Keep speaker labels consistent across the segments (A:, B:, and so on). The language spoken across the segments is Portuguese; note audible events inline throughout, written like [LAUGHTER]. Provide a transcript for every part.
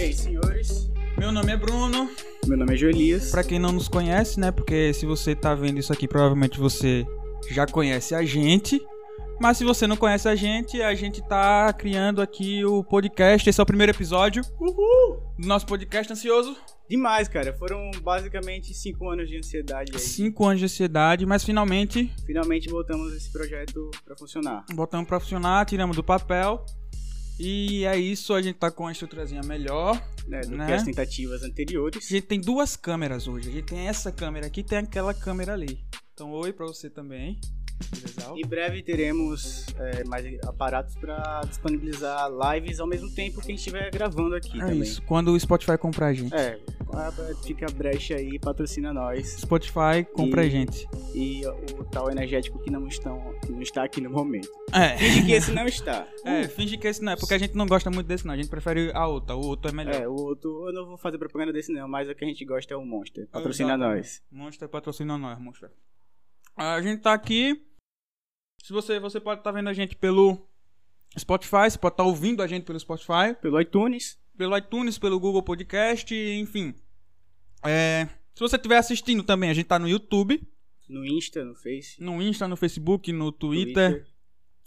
A: aí, senhores.
B: Meu nome é Bruno.
A: Meu nome é Jolias.
B: Pra quem não nos conhece, né? Porque se você tá vendo isso aqui, provavelmente você já conhece a gente. Mas se você não conhece a gente, a gente tá criando aqui o podcast. Esse é o primeiro episódio
A: Uhul!
B: do nosso podcast ansioso.
A: Demais, cara. Foram basicamente cinco anos de ansiedade aí.
B: Cinco anos de ansiedade, mas finalmente
A: Finalmente botamos esse projeto pra funcionar.
B: botamos pra funcionar, tiramos do papel. E é isso, a gente tá com a estruturazinha melhor.
A: Né? Do
B: Né?
A: que as tentativas
B: A
A: anteriores.
B: gente tem duas câmeras hoje. A gente tem essa câmera aqui e tem aquela câmera ali. Então, oi pra você também. Beleza?
A: Em breve teremos é, mais aparatos pra disponibilizar lives ao mesmo tempo que a gente estiver gravando aqui
B: É
A: também.
B: isso, quando o Spotify comprar a gente.
A: É, a- fica a brecha aí, patrocina nós.
B: Spotify compra a
A: E-
B: gente.
A: E o tal energético que não, estão, que não está aqui no momento.
B: É.
A: Finge que esse não está.
B: [LAUGHS] É, finge que esse não é, porque a gente não gosta muito desse não, a gente prefere a outra, o outro é melhor.
A: É, o outro, eu não vou fazer propaganda desse não, mas o que a gente gosta é o Monster. Patrocina
B: Exatamente.
A: nós.
B: Monster patrocina nós, Monster. A gente tá aqui, se você, você pode estar vendo a gente pelo Spotify, você pode estar ouvindo a gente pelo Spotify,
A: Pelo iTunes,
B: pelo iTunes, pelo Google Podcast, enfim. É, se você estiver assistindo também, a gente tá no YouTube,
A: no Insta, no Face,
B: no Insta, no Facebook, no Twitter.
A: Twitter.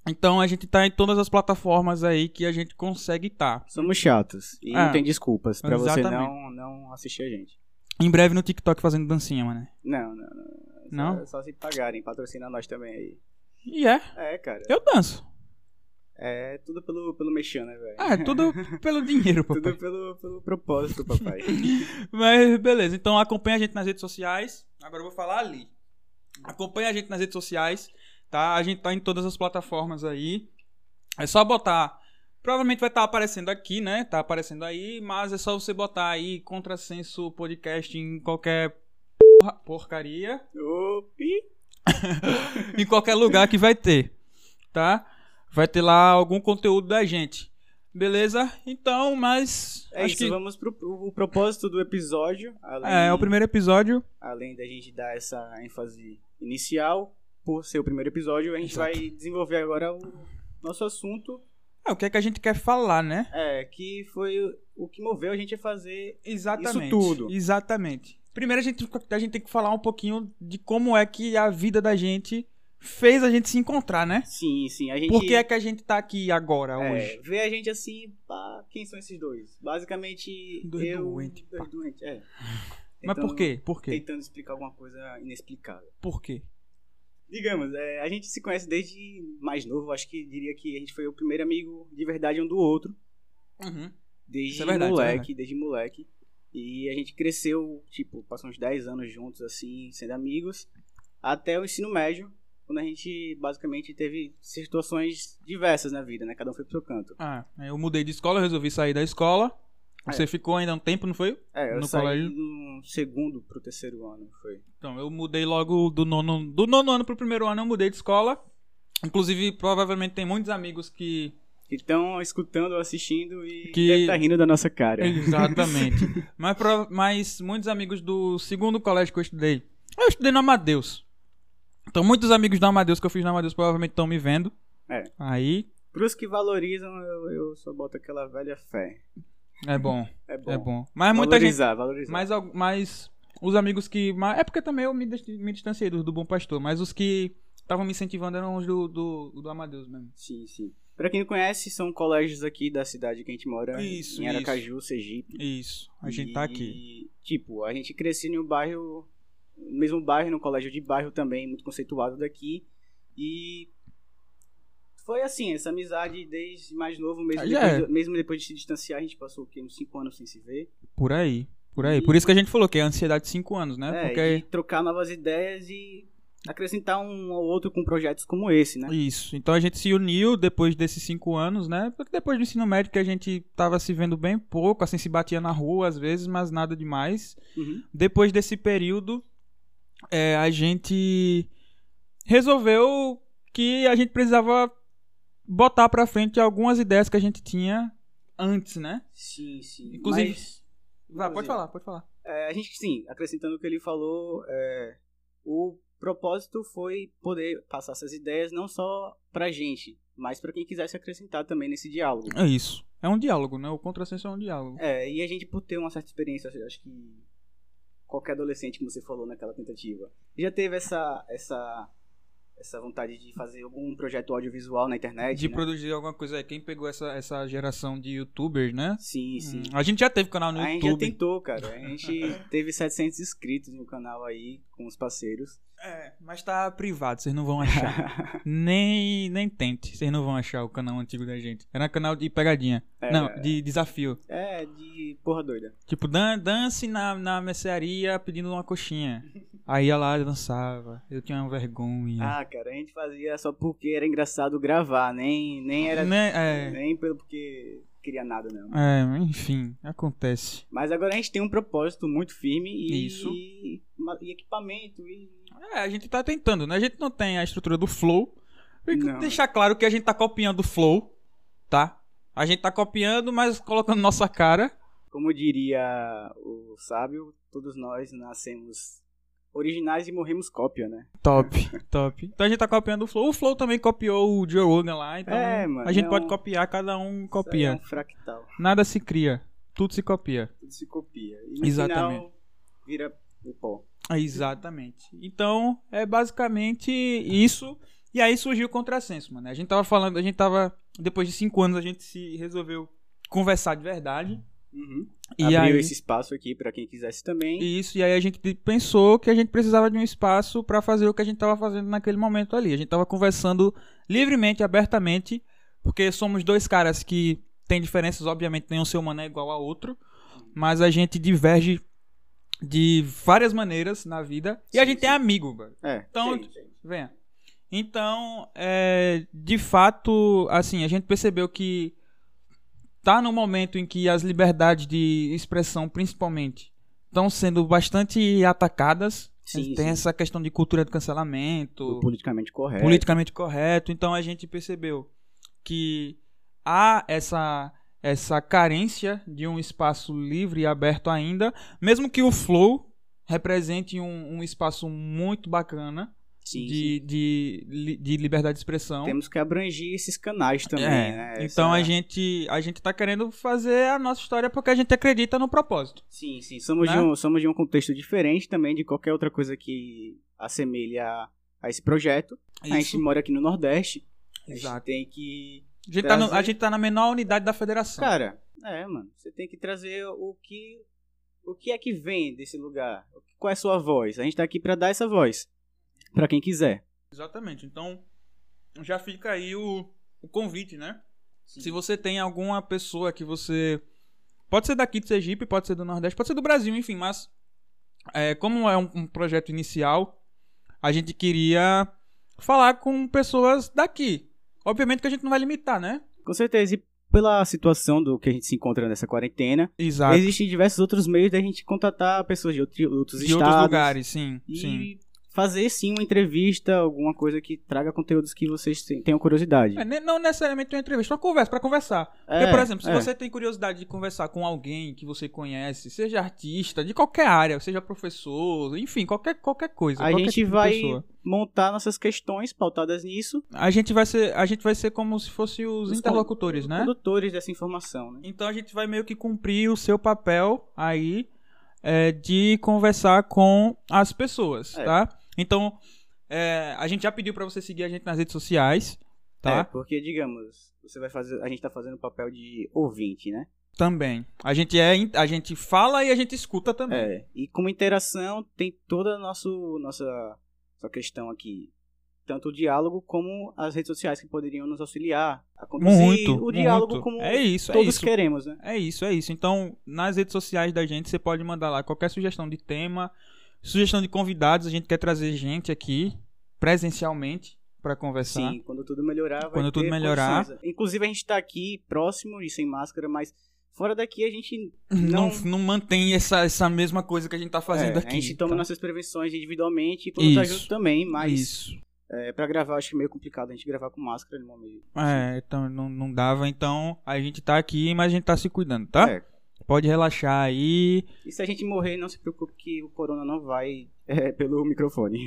B: Então a gente tá em todas as plataformas aí que a gente consegue tá. estar.
A: Somos chatos. E
B: Ah,
A: não tem desculpas pra você
B: exatamente.
A: não, não assistir a gente.
B: Em breve no TikTok fazendo dancinha, mano.
A: Não, não, não.
B: Não?
A: Só, só se pagarem, patrocina nós também aí.
B: E é,
A: É, cara.
B: eu danço.
A: É tudo pelo, pelo mexer, né, velho?
B: Ah, é tudo pelo dinheiro, papai.
A: [LAUGHS] Tudo pelo, pelo propósito,
B: [LAUGHS]
A: papai.
B: Mas beleza, então acompanha a gente nas redes sociais. Agora eu vou falar ali. Acompanha a gente nas redes sociais, tá? A gente tá em todas as plataformas aí. É só botar. Provavelmente vai estar aparecendo aqui, né? Tá aparecendo aí, mas é só você botar aí Contrasenso Podcast em qualquer porra- porcaria. [LAUGHS]
A: Opi!
B: em qualquer lugar que vai ter, tá? Vai ter lá algum conteúdo da gente. Beleza? Então, mas
A: É
B: acho
A: isso,
B: que
A: vamos pro, pro o propósito do episódio. Além,
B: é, é o primeiro episódio.
A: além da gente dar essa ênfase inicial, por ser o primeiro episódio, a gente
B: Exato.
A: vai desenvolver agora o nosso assunto,
B: É, o que é que a gente quer falar, né?
A: é, que foi o que moveu a gente a fazer.
B: Exatamente.
A: tudo.
B: Exatamente. Primeiro a gente, a gente tem que falar um pouquinho de como é que a vida da gente fez a gente se encontrar, né?
A: Sim, sim, a gente.
B: Por que é que a gente tá aqui agora,
A: é,
B: hoje?
A: vê a gente assim, pá, quem são esses dois? Basicamente,
B: Dois
A: eu...
B: doente,
A: dois doente, é.
B: [LAUGHS] Mas
A: Tentando-
B: por quê? Por quê?
A: Tentando explicar alguma coisa inexplicável.
B: Por quê?
A: Digamos, é, a gente se conhece desde mais novo, acho que diria que a gente foi o primeiro amigo de verdade um do outro.
B: Uhum. Isso
A: Desde
B: é verdade, isso é
A: moleque, desde moleque. E a gente cresceu, tipo, passou uns 10 anos juntos, assim, sendo amigos, até o ensino médio, quando a gente basicamente teve situações diversas na vida, né? Cada um foi pro seu canto.
B: Ah, eu mudei de escola, eu resolvi sair da escola.
A: É.
B: Você ficou ainda um tempo, não foi?
A: É, eu
B: No
A: saí
B: colégio?
A: do segundo pro terceiro ano, foi.
B: Então, eu mudei logo do nono, do nono ano pro primeiro ano, eu mudei de escola. Inclusive, provavelmente tem muitos amigos que.
A: Então, escutando, assistindo e
B: Que- É
A: deve tá rindo da nossa cara.
B: Exatamente.
A: [LAUGHS]
B: mas, prova- mas muitos amigos do segundo colégio que eu estudei. Eu estudei no Amadeus. Então, muitos amigos do Amadeus que eu fiz no Amadeus provavelmente estão me vendo.
A: É.
B: Aí,
A: Pros que valorizam, eu, eu só boto aquela velha fé.
B: é bom.
A: É bom.
B: É bom. Mas muita gente.
A: valorizar, valorizar.
B: Mas, al- mas os amigos que. ma- É porque também eu me, dis- me distanciei do, do Bom Pastor, mas os que estavam me incentivando eram os do, do, do Amadeus mesmo.
A: Sim, sim. Pra quem não conhece, são colégios aqui da cidade que a gente mora,
B: Isso,
A: em Aracaju, Sergipe.
B: Isso, a gente tá aqui.
A: E, tipo, a gente cresceu em um bairro, no mesmo bairro, no colégio de bairro também, muito conceituado daqui. E foi assim, essa amizade desde mais novo, mesmo,
B: Ah, já
A: depois, mesmo depois de se distanciar, a gente passou o quê? Uns 5 anos sem se ver.
B: Por aí, por aí. Por isso que a gente falou que é ansiedade de 5 anos, né?
A: É, e
B: Porque.
A: trocar novas ideias e acrescentar um ao outro com projetos como esse, né?
B: Isso. Então a gente se uniu depois desses 5 anos, né? Porque depois do ensino médio que a gente tava se vendo bem pouco, assim, se batia na rua às vezes, mas nada demais.
A: Uhum.
B: Depois desse período, é, a gente resolveu que a gente precisava botar pra frente algumas ideias que a gente tinha antes, né?
A: Sim, sim.
B: Inclusive-
A: Mas-
B: Vá, pode
A: Inclusive.
B: falar, pode falar.
A: É, a gente, sim, acrescentando o que ele falou, é, o propósito foi poder passar essas ideias não só pra gente, mas pra quem quisesse acrescentar também nesse diálogo.
B: É isso. É um diálogo, né? O contrassenso é um diálogo.
A: É, e a gente por ter uma certa experiência, eu acho que qualquer adolescente que você falou naquela tentativa, já teve essa essa essa vontade de fazer algum projeto audiovisual na internet,
B: De
A: né?
B: produzir alguma coisa. É, quem pegou essa, essa geração de youtubers, né?
A: Sim, sim.
B: A gente já teve canal no
A: A gente já
B: YouTube.
A: tentou, cara. A gente
B: [LAUGHS]
A: teve 700 inscritos no canal aí com os parceiros.
B: É, mas tá privado, vocês não vão
A: [LAUGHS]
B: achar. nem, nem tente, vocês não vão achar o canal antigo da gente. Era um canal de pegadinha.
A: É.
B: Não, de desafio.
A: É, de porra doida.
B: Tipo, dan dance na, na mercearia pedindo uma coxinha. Aí ia lá, dançava. Eu tinha uma vergonha.
A: Ah, cara, a gente fazia só porque era engraçado gravar, nem, nem era.
B: Né? É,
A: Nem pelo porque queria nada, não.
B: é, enfim, acontece.
A: Mas agora a gente tem um propósito muito firme e,
B: Isso.
A: e, ma- e equipamento. E...
B: É, a gente tá tentando, né? A gente não tem a estrutura do Flow. Tem que
A: Não.
B: deixar claro que a gente tá copiando o Flow, tá? A gente tá copiando, mas colocando nossa cara.
A: Como diria o sábio, todos nós nascemos originais e morremos cópia, né?
B: Top, [LAUGHS] top. Então a gente tá copiando o Flow. O Flow também copiou o Joe Rogan lá, então
A: É, mano,
B: a gente
A: é
B: pode
A: um-
B: copiar, cada um
A: Isso aí
B: copia.
A: É um fractal.
B: Nada se cria, tudo se copia.
A: Tudo se copia. E no
B: Exatamente.
A: final vira o pó.
B: Exatamente. Então, é basicamente isso. E aí surgiu o contrassenso, mano. A gente tava falando, a gente tava. Depois de cinco anos, a gente se resolveu conversar de verdade.
A: Uhum.
B: E
A: Abriu
B: aí,
A: esse espaço aqui pra quem quisesse também.
B: Isso, e aí a gente pensou que a gente precisava de um espaço pra fazer o que a gente tava fazendo naquele momento ali. A gente tava conversando livremente, abertamente, porque somos dois caras que têm diferenças, obviamente, nenhum ser humano é igual a outro, mas a gente diverge de várias maneiras na vida. E a
A: Sim,
B: gente
A: sim.
B: é amigo, mano.
A: É,
B: Então,
A: sim, sim.
B: Venha. Então, é, de fato, assim, a gente percebeu que tá num momento em que as liberdades de expressão, principalmente, estão sendo bastante atacadas.
A: Sim,
B: tem
A: sim.
B: essa questão de cultura do cancelamento,
A: O politicamente correto.
B: politicamente correto. Então a gente percebeu que há essa essa carência de um espaço livre e aberto ainda, mesmo que o flow represente um- um espaço muito bacana
A: Sim, sim.
B: de, de, li- de liberdade de expressão.
A: Temos que abranger esses canais também,
B: Então, É,
A: né?
B: Então a
A: Essa-
B: gente, a gente tá querendo fazer a nossa história porque a gente acredita no propósito.
A: Sim, sim. Somos,
B: né?
A: de um, somos de um contexto diferente também de qualquer outra coisa que assemelha a, a esse projeto. A gente mora aqui no Nordeste. A gente
B: Exato.
A: tem que.
B: A gente, tá no- a
A: trazer-
B: gente tá na menor unidade da federação.
A: Cara, é, mano. Você tem que trazer o que. O que é que vem desse lugar? Qual é a sua voz? A gente tá aqui pra dar essa voz. Pra quem quiser.
B: Exatamente. Então, já fica aí o, o convite, né? Se você tem alguma pessoa que você. Pode ser daqui de Sergipe, pode ser do Nordeste, pode ser do Brasil, enfim, mas. é, como é um, um projeto inicial, a gente queria falar com pessoas daqui. Obviamente que a gente não vai limitar, né?
A: Com certeza. E pela situação do que a gente se encontra nessa quarentena,
B: Exato.
A: existem diversos outros meios da gente contatar pessoas de outro- outros
B: de
A: estados.
B: outros lugares, sim.
A: e
B: sim.
A: fazer sim uma entrevista, alguma coisa que traga conteúdos que vocês te- tenham curiosidade.
B: É, ne- não necessariamente uma entrevista, uma conversa, pra conversar. Porque,
A: É,
B: por exemplo, se
A: é.
B: você tem curiosidade de conversar com alguém que você conhece, seja artista, de qualquer área, seja professor, enfim, qualquer, qualquer coisa.
A: A
B: qualquer
A: gente
B: tipo de
A: vai
B: pessoa.
A: montar nossas questões pautadas nisso,
B: A gente vai ser, a gente vai ser como se fosse os,
A: Os
B: interlocutores, né?
A: condutores dessa informação, né?
B: Então a gente vai meio que cumprir o seu papel aí é, de conversar com as pessoas,
A: É.
B: tá? Então, é, a gente já pediu pra você seguir a gente nas redes sociais,
A: É,
B: tá?
A: porque digamos, você vai fazer, a gente tá fazendo o papel de ouvinte, né?
B: Também. A gente é, in- a gente fala e a gente escuta também.
A: É. E como interação tem toda a nosso nossa nossa questão aqui, tanto o diálogo como as redes sociais que poderiam nos auxiliar a conduzir
B: Muito,
A: o diálogo
B: muito.
A: como
B: é isso, é
A: todos
B: isso.
A: queremos, né?
B: É isso, é isso. Então, nas redes sociais da gente, você pode mandar lá qualquer sugestão de tema, sugestão de convidados. A gente quer trazer gente aqui presencialmente pra conversar.
A: Sim, quando tudo melhorar, vai
B: Tá? Quando tudo
A: ter
B: melhorar.
A: condições. Inclusive, a gente tá aqui próximo e sem máscara, mas fora daqui a gente
B: [LAUGHS] Não,
A: Não-
B: não mantém essa, essa mesma coisa que a gente tá fazendo
A: é,
B: aqui.
A: A gente toma
B: tá?
A: nossas prevenções individualmente e quando tá
B: Isso.
A: junto também, mas
B: Isso.
A: é, pra gravar acho que é meio complicado a gente gravar com máscara no momento.
B: É, então não, não dava. Então, a gente tá aqui, mas a gente tá se cuidando, tá?
A: É,
B: Pode relaxar aí.
A: E se a gente morrer, não se preocupe que o corona não vai é, pelo microfone.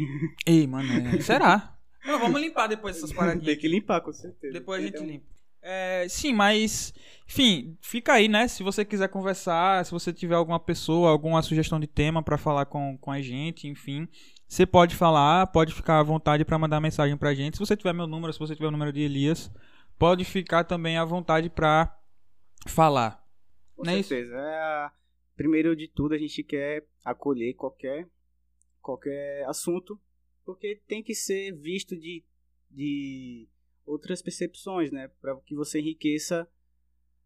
B: Ei, mano, é- será? Não, vamos limpar depois essas paradinhas.
A: Tem que limpar, com certeza.
B: Depois a gente
A: Então,
B: limpa. É, sim, mas, enfim, fica aí, né? Se você quiser conversar, se você tiver alguma pessoa, alguma sugestão de tema pra falar com, com a gente, enfim, você pode falar, pode ficar à vontade pra mandar mensagem pra gente. Se você tiver meu número, se você tiver o número de Elias, pode ficar também à vontade pra falar.
A: Com
B: Não é isso?
A: certeza. É a- Primeiro de tudo, a gente quer acolher qualquer, qualquer assunto, porque tem que ser visto de, de outras percepções, né? Para que você enriqueça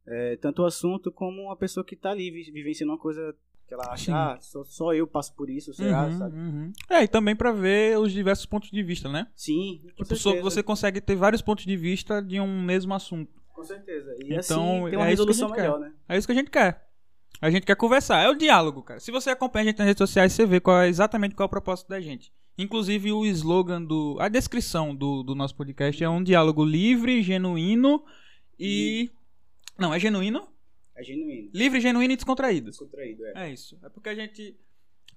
A: é, tanto o assunto como a pessoa que tá ali vi- vivenciando uma coisa que ela acha,
B: Sim.
A: ah, só, só eu passo por isso, será?
B: Uhum,
A: Sabe?
B: uhum. É, e também pra ver os diversos pontos de vista, né?
A: Sim, com
B: Tipo, so-
A: certeza.
B: você consegue ter vários pontos de vista de um mesmo assunto.
A: Com certeza. E
B: Então,
A: assim
B: é
A: tem uma
B: isso que a
A: resolução
B: gente quer.
A: melhor, né?
B: É isso que a gente quer. A gente quer conversar. É o diálogo, cara. Se você acompanha a gente nas redes sociais, você vê qual é exatamente qual é o propósito da gente. Inclusive, o slogan do. A descrição do, do nosso podcast é um diálogo livre, genuíno e. Não, é genuíno?
A: É genuíno,
B: Livre, genuíno e descontraído.
A: descontraído, é.
B: É isso. É porque a gente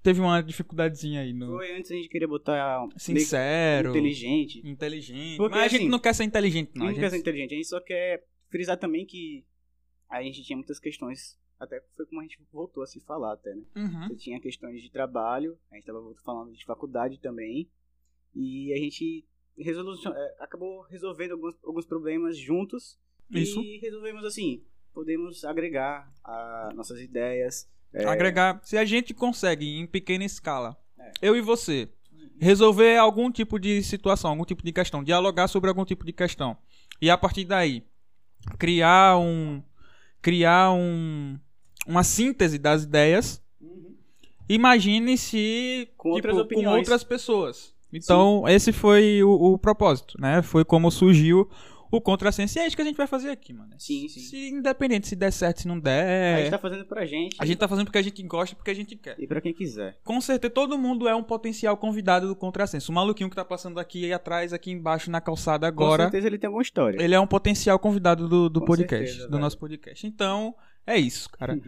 B: teve uma dificuldadezinha aí no.
A: Foi antes a gente queria botar
B: Sincero.
A: inteligente,
B: Inteligente.
A: Porque,
B: Mas a gente
A: assim,
B: não quer ser inteligente, não.
A: Não,
B: A
A: quer ser
B: gente...
A: inteligente, a gente só quer frisar também que a gente tinha muitas questões, até foi como a gente voltou a se falar até, né?
B: Uhum.
A: Você tinha questões de trabalho, a gente tava falando de faculdade também, e a gente resolucion... eh, acabou resolvendo alguns, alguns problemas juntos,
B: Isso.
A: e resolvemos assim, podemos agregar a nossas ideias, eh,
B: Agregar. Se a gente consegue, em pequena escala,
A: É.
B: eu e você, resolver algum tipo de situação, algum tipo de questão, dialogar sobre algum tipo de questão. E a partir daí, criar um. Criar um. Uma síntese das ideias.
A: uhum,
B: Imagine se. tipo,
A: Com outras opiniões.
B: Com outras pessoas. Então, esse foi o, o propósito, né? Foi como surgiu o contrassenso. E é isso que a gente vai fazer aqui, mano.
A: Sim, sim.
B: Se, independente se der certo, se não
A: a gente
B: der.
A: tá fazendo pra gente,
B: É. A gente tá fazendo porque a gente gosta e porque a gente quer.
A: e pra quem quiser.
B: Com certeza, todo mundo é um potencial convidado do Contrassenso. O maluquinho que tá passando aqui e atrás, aqui embaixo na calçada
A: Com
B: agora,
A: certeza ele tem alguma história. [LAUGHS]
B: ele é um potencial convidado do, do
A: Com
B: podcast,
A: certeza,
B: do
A: velho. Hum.
B: nosso podcast. Então, é isso, cara.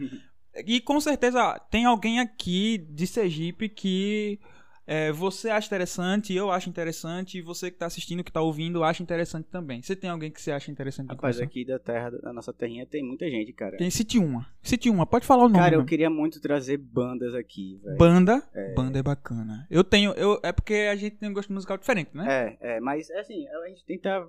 B: e com certeza, tem alguém aqui de Sergipe que é, você acha interessante, eu acho interessante, e você que tá assistindo, que tá ouvindo, acha interessante também. Você tem alguém que você acha interessante? de
A: Rapaz, é
B: conversar?
A: aqui da terra, da nossa terrinha, tem muita gente, cara.
B: Tem, cite uma. Cite uma, pode falar o nome.
A: Cara, eu
B: mano.
A: queria muito trazer bandas aqui, velho.
B: Banda, banda é bacana. Eu tenho, eu, é porque a gente tem um gosto musical diferente, né?
A: É, é, mas é assim, a gente tenta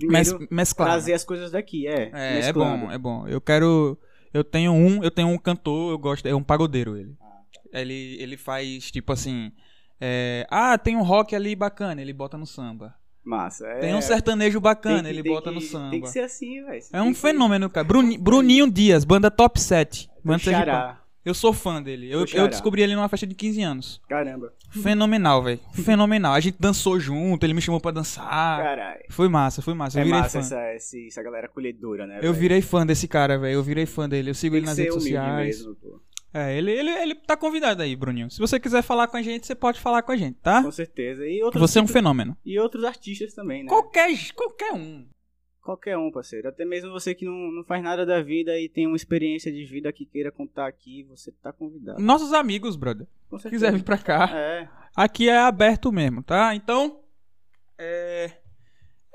B: Mes,
A: primeiro
B: mesclar.
A: trazer as coisas daqui,
B: né?
A: é.
B: É, é
A: mesclando.
B: bom, é bom. Eu quero. Eu tenho um, eu tenho um cantor, eu gosto, é um pagodeiro ele.
A: Ah,
B: Ele, ele faz tipo assim. é, ah, tem um rock ali bacana, ele bota no samba.
A: Massa, é.
B: tem um sertanejo bacana,
A: tem que-
B: ele
A: tem
B: bota
A: que-
B: no samba.
A: Tem que ser assim, velho.
B: É um fenômeno, cara. Bruni- Bruninho Dias, banda top 7. Banda sergipana.
A: Xará.
B: eu sou fã dele. Eu,
A: Do Xará.
B: eu descobri ele numa festa de 15 anos.
A: Caramba.
B: Fenomenal, velho. Fenomenal. A gente dançou junto, ele me chamou pra dançar.
A: Caralho.
B: Foi massa, foi massa. Eu
A: É
B: virei
A: massa
B: fã.
A: essa, esse- essa galera colhedora, né?
B: Eu
A: velho?
B: virei fã desse cara, velho. Eu virei fã dele. Eu sigo
A: Tem
B: ele
A: que
B: nas
A: ser
B: redes
A: humilde
B: sociais.
A: mesmo, pô.
B: É, ele, ele, ele tá convidado aí, Bruninho. Se você quiser falar com a gente, você pode falar com a gente, tá?
A: Com certeza. E outros,
B: Você é um fenômeno.
A: e outros artistas também, né?
B: Qualquer, qualquer um.
A: Qualquer um, parceiro. Até mesmo você que não, não faz nada da vida e tem uma experiência de vida que queira contar aqui, você tá convidado.
B: Nossos amigos, brother.
A: Com
B: Se
A: certeza.
B: quiser vir pra cá,
A: É.
B: aqui é aberto mesmo, tá? Então, é.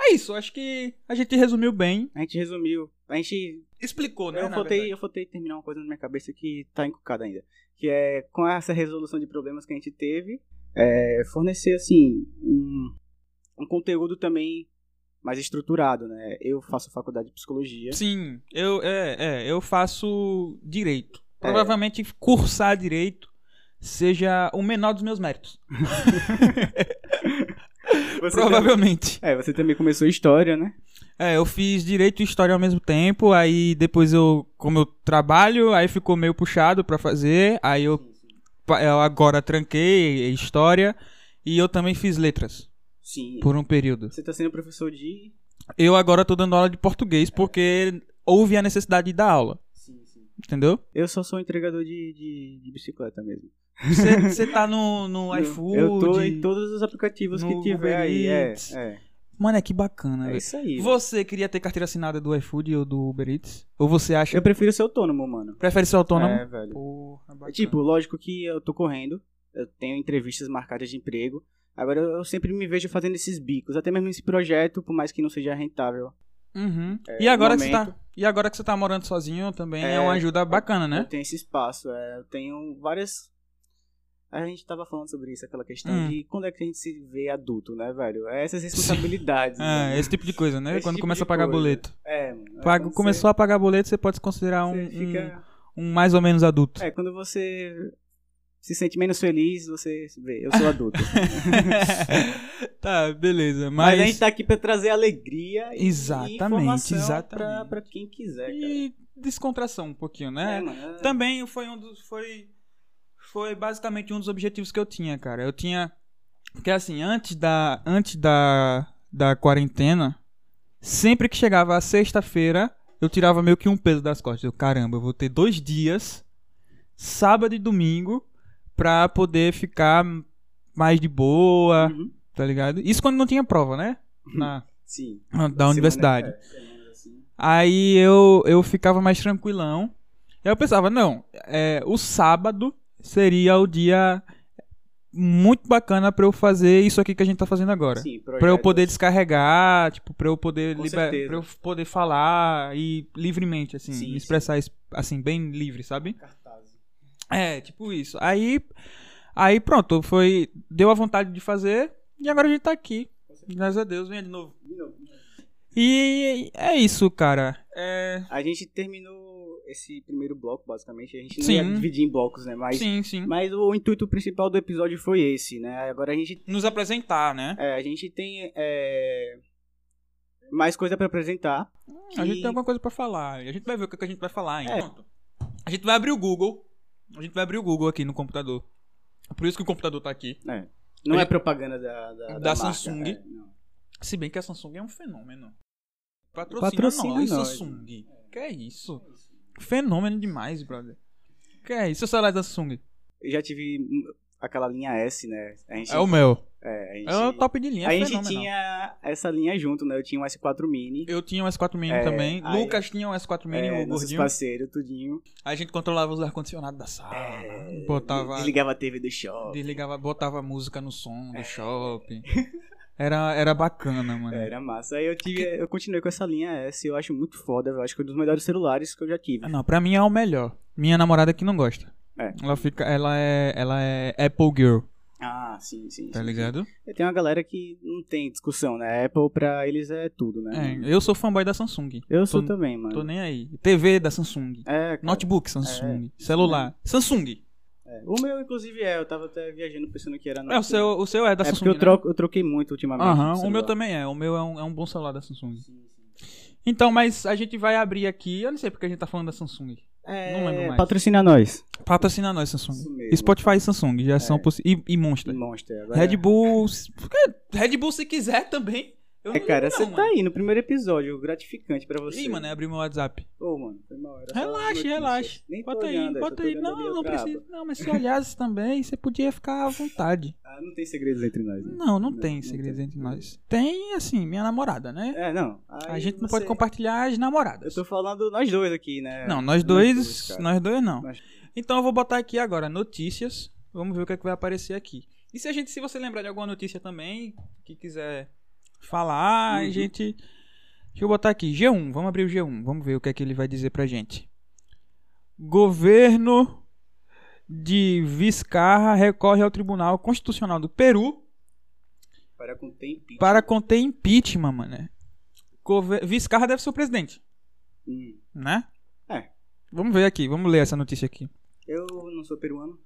B: É isso. Acho que a gente resumiu bem.
A: A gente resumiu. A gente
B: Explicou, né?
A: Eu
B: na
A: faltei,
B: verdade.
A: eu faltei terminar uma coisa na minha cabeça que tá encucada ainda. Que é, com essa resolução de problemas que a gente teve, é, fornecer, assim, um, um conteúdo também mais estruturado, né? Eu faço faculdade de psicologia. [LAUGHS]
B: Sim, eu, é, é, eu faço direito.
A: É.
B: Provavelmente cursar direito seja o menor dos meus méritos.
A: Você
B: Provavelmente.
A: também- é, você também começou história, né?
B: É, eu fiz direito e história ao mesmo tempo, aí depois eu, como eu trabalho, aí ficou meio puxado pra fazer, aí eu, pa- eu agora tranquei história e eu também fiz letras
A: Sim.
B: por um período.
A: Você tá sendo professor de...
B: Eu agora tô dando aula de português porque houve a necessidade de dar aula,
A: Sim, sim.
B: entendeu?
A: Eu só sou entregador de, de, de bicicleta mesmo. [LAUGHS]
B: Você você tá no, no
A: eu tô
B: iFood,
A: em todos os aplicativos
B: no
A: que tiver
B: Uber
A: aí. É,
B: Eats.
A: é.
B: Mano, é que bacana,
A: É
B: velho.
A: isso aí.
B: Você queria ter carteira assinada do iFood ou do Uber Eats? Ou você acha.
A: Eu prefiro ser autônomo, mano.
B: Prefere ser autônomo?
A: É, velho.
B: Porra, bacana.
A: Tipo, lógico que eu tô correndo, eu tenho entrevistas marcadas de emprego. Agora eu eu sempre me vejo fazendo esses bicos, até mesmo esse projeto, por mais que não seja rentável.
B: Uhum.
A: é,
B: e, agora que você
A: momento.
B: tá, e agora que você tá morando sozinho também é,
A: É,
B: uma ajuda bacana,
A: Eu
B: né?
A: tenho esse espaço, é, eu tenho várias. A gente tava falando sobre isso, aquela questão
B: Hum.
A: de quando é que a gente se vê adulto, né, velho? É Essas
B: [LAUGHS]
A: responsabilidades.
B: É,
A: né?
B: esse tipo de coisa, né?
A: Esse
B: Quando
A: tipo
B: começa
A: de
B: a pagar
A: coisa.
B: boleto.
A: É, mano. é
B: Pago,
A: quando
B: começou a pagar boleto, você pode se considerar um,
A: você- você
B: um-
A: fica-
B: um mais ou menos
A: [LAUGHS]
B: adulto. [LAUGHS]
A: É, quando você se sente menos feliz, você vê, eu sou adulto.
B: tá, beleza.
A: Mas,
B: Mas,
A: a gente tá aqui pra trazer alegria e
B: Exatamente,
A: informação Pra,
B: exatamente.
A: pra quem quiser, cara.
B: E descontração um pouquinho, né?
A: É, mano, é-
B: Também foi um dos. Foi, foi basicamente um dos objetivos que eu tinha, cara. Eu tinha. Porque assim, antes da. Antes da. Da quarentena, sempre que chegava a sexta-feira, eu tirava meio que um peso das costas. Eu, caramba, eu vou ter dois dias, sábado e domingo, pra poder ficar mais de boa,
A: Uhum,
B: tá ligado? Isso quando não tinha prova, né? Na,
A: Sim.
B: na- da
A: assim, Semana-
B: universidade.
A: é, semanas assim.
B: Aí eu, eu ficava mais tranquilão. Eu pensava, não, é, o sábado seria o dia muito bacana pra eu fazer isso aqui que a gente tá fazendo agora.
A: Sim,
B: Pra eu
A: projetos.
B: poder descarregar, tipo, pra eu poder
A: Com
B: liber-
A: certeza.
B: pra eu poder falar e livremente, assim,
A: Sim,
B: me expressar es- assim, bem livre, sabe?
A: Cartaz.
B: É, tipo isso. Aí, aí pronto, foi. Deu a vontade de fazer e agora a gente tá aqui. Graças a Deus, venha de novo.
A: De novo.
B: E é isso, cara. É,
A: A gente terminou esse primeiro bloco, basicamente. A gente não
B: Sim.
A: ia dividir em blocos, né? Mas,
B: sim, sim.
A: mas o intuito principal do episódio foi esse, né? Agora a gente
B: nos apresentar, né?
A: É, a gente tem é, mais coisa pra apresentar.
B: É, A
A: E- É.
B: gente tem alguma coisa pra falar. A gente vai ver o que que a gente vai falar ainda. Pronto. A gente vai abrir o Google. A gente vai abrir o Google aqui no computador. Por isso que o computador tá aqui.
A: Não
B: A
A: é
B: gente-
A: propaganda da, da,
B: Da
A: marca,
B: Samsung.
A: é, não.
B: Se bem que a Samsung é um fenômeno. Patrocina,
A: Patrocina
B: nós,
A: nós.
B: Samsung. Que é isso? Fenômeno demais, brother. Que é isso, o celular da Samsung?
A: Eu já tive hum, aquela linha S, né? A gente,
B: É o meu.
A: é, a gente,
B: É o top de linha,
A: a
B: é
A: gente
B: fenomenal.
A: tinha essa linha junto, né? Eu tinha um S4 Mini.
B: Eu tinha um S4 Mini
A: É,
B: também.
A: aí-
B: Lucas tinha um S4 Mini,
A: É,
B: o
A: nossos
B: gordinho.
A: parceiros, tudinho.
B: A gente controlava os ar-condicionados da sala.
A: É,
B: botava...
A: Desligava a TV do shopping.
B: Desligava, botava música no som
A: É.
B: do shopping. Era, era bacana, mano.
A: Era massa. Aí eu, tive, eu continuei com essa linha S. Eu acho muito foda. Eu acho que é um dos melhores celulares que eu já tive.
B: Ah, Não, pra mim é o melhor. Minha namorada que não gosta.
A: É.
B: Ela fica. Ela é. Ela é Apple Girl,
A: Ah, sim, sim.
B: tá
A: sim,
B: ligado?
A: E Tem uma galera que não tem discussão, né? Apple pra eles é tudo, né?
B: É, eu sou fanboy da Samsung.
A: eu sou
B: tô-
A: também, mano.
B: Tô nem aí. TV da Samsung.
A: É, cara.
B: Notebook Samsung. celular. Samsung.
A: É. O meu, inclusive, é. Eu tava até viajando pensando que era
B: É, o seu, o seu é da
A: é porque
B: Samsung.
A: eu, troco, eu troquei muito ultimamente.
B: né? Aham,
A: de
B: o meu
A: celular.
B: também é. O meu é um, é um bom celular da Samsung.
A: Sim, sim.
B: Então, mas a gente vai abrir aqui. Eu não sei porque a gente tá falando da Samsung.
A: É,
B: Não lembro mais.
A: Patrocina nós.
B: Patrocina nós, Samsung.
A: Isso mesmo.
B: Spotify e Samsung
A: É.
B: já são possi- e, e Monster.
A: Monster. Agora... é
B: Red Bull. se- porque Red Bull se quiser também. Eu
A: É,
B: não
A: cara,
B: ligo
A: você
B: não,
A: tá
B: mano.
A: aí no primeiro episódio. Gratificante pra você.
B: Ih, mano, abriu meu WhatsApp.
A: Ô, mano, foi mal. Era só
B: Relaxa,
A: notícias.
B: relaxa.
A: Nem tô
B: Bota aí,
A: olhando, eu só
B: bota
A: tô
B: aí.
A: olhando ali
B: Não, não
A: outra aba.
B: precisa. Não, mas se olhasse também, você podia ficar à
A: [LAUGHS]
B: vontade.
A: Ah, não tem segredos entre nós. Né?
B: Não, não,
A: Não,
B: tem
A: não
B: segredos
A: tem.
B: entre nós. Tem, assim, minha namorada, né?
A: É, não.
B: a
A: Aí
B: gente não
A: você-
B: pode compartilhar as
A: Eu
B: namoradas.
A: tô falando nós dois aqui, né?
B: Não, nós dois.
A: cara.
B: nós dois não.
A: Nós-
B: Então eu vou botar aqui agora notícias. Vamos ver o que, é que vai aparecer aqui. E se a gente, se você lembrar de alguma notícia também que quiser falar, a
A: Uhum.
B: gente. Deixa eu botar aqui. G1, vamos abrir o G1. Vamos ver o que é que ele vai dizer pra gente. Governo de Vizcarra recorre ao Tribunal Constitucional do Peru
A: Para conter impeachment.
B: para conter impeachment, mano. Gover- Vizcarra deve ser o presidente,
A: Hum.
B: né?
A: É.
B: Vamos ver aqui, vamos ler essa notícia aqui.
A: Eu não sou peruano.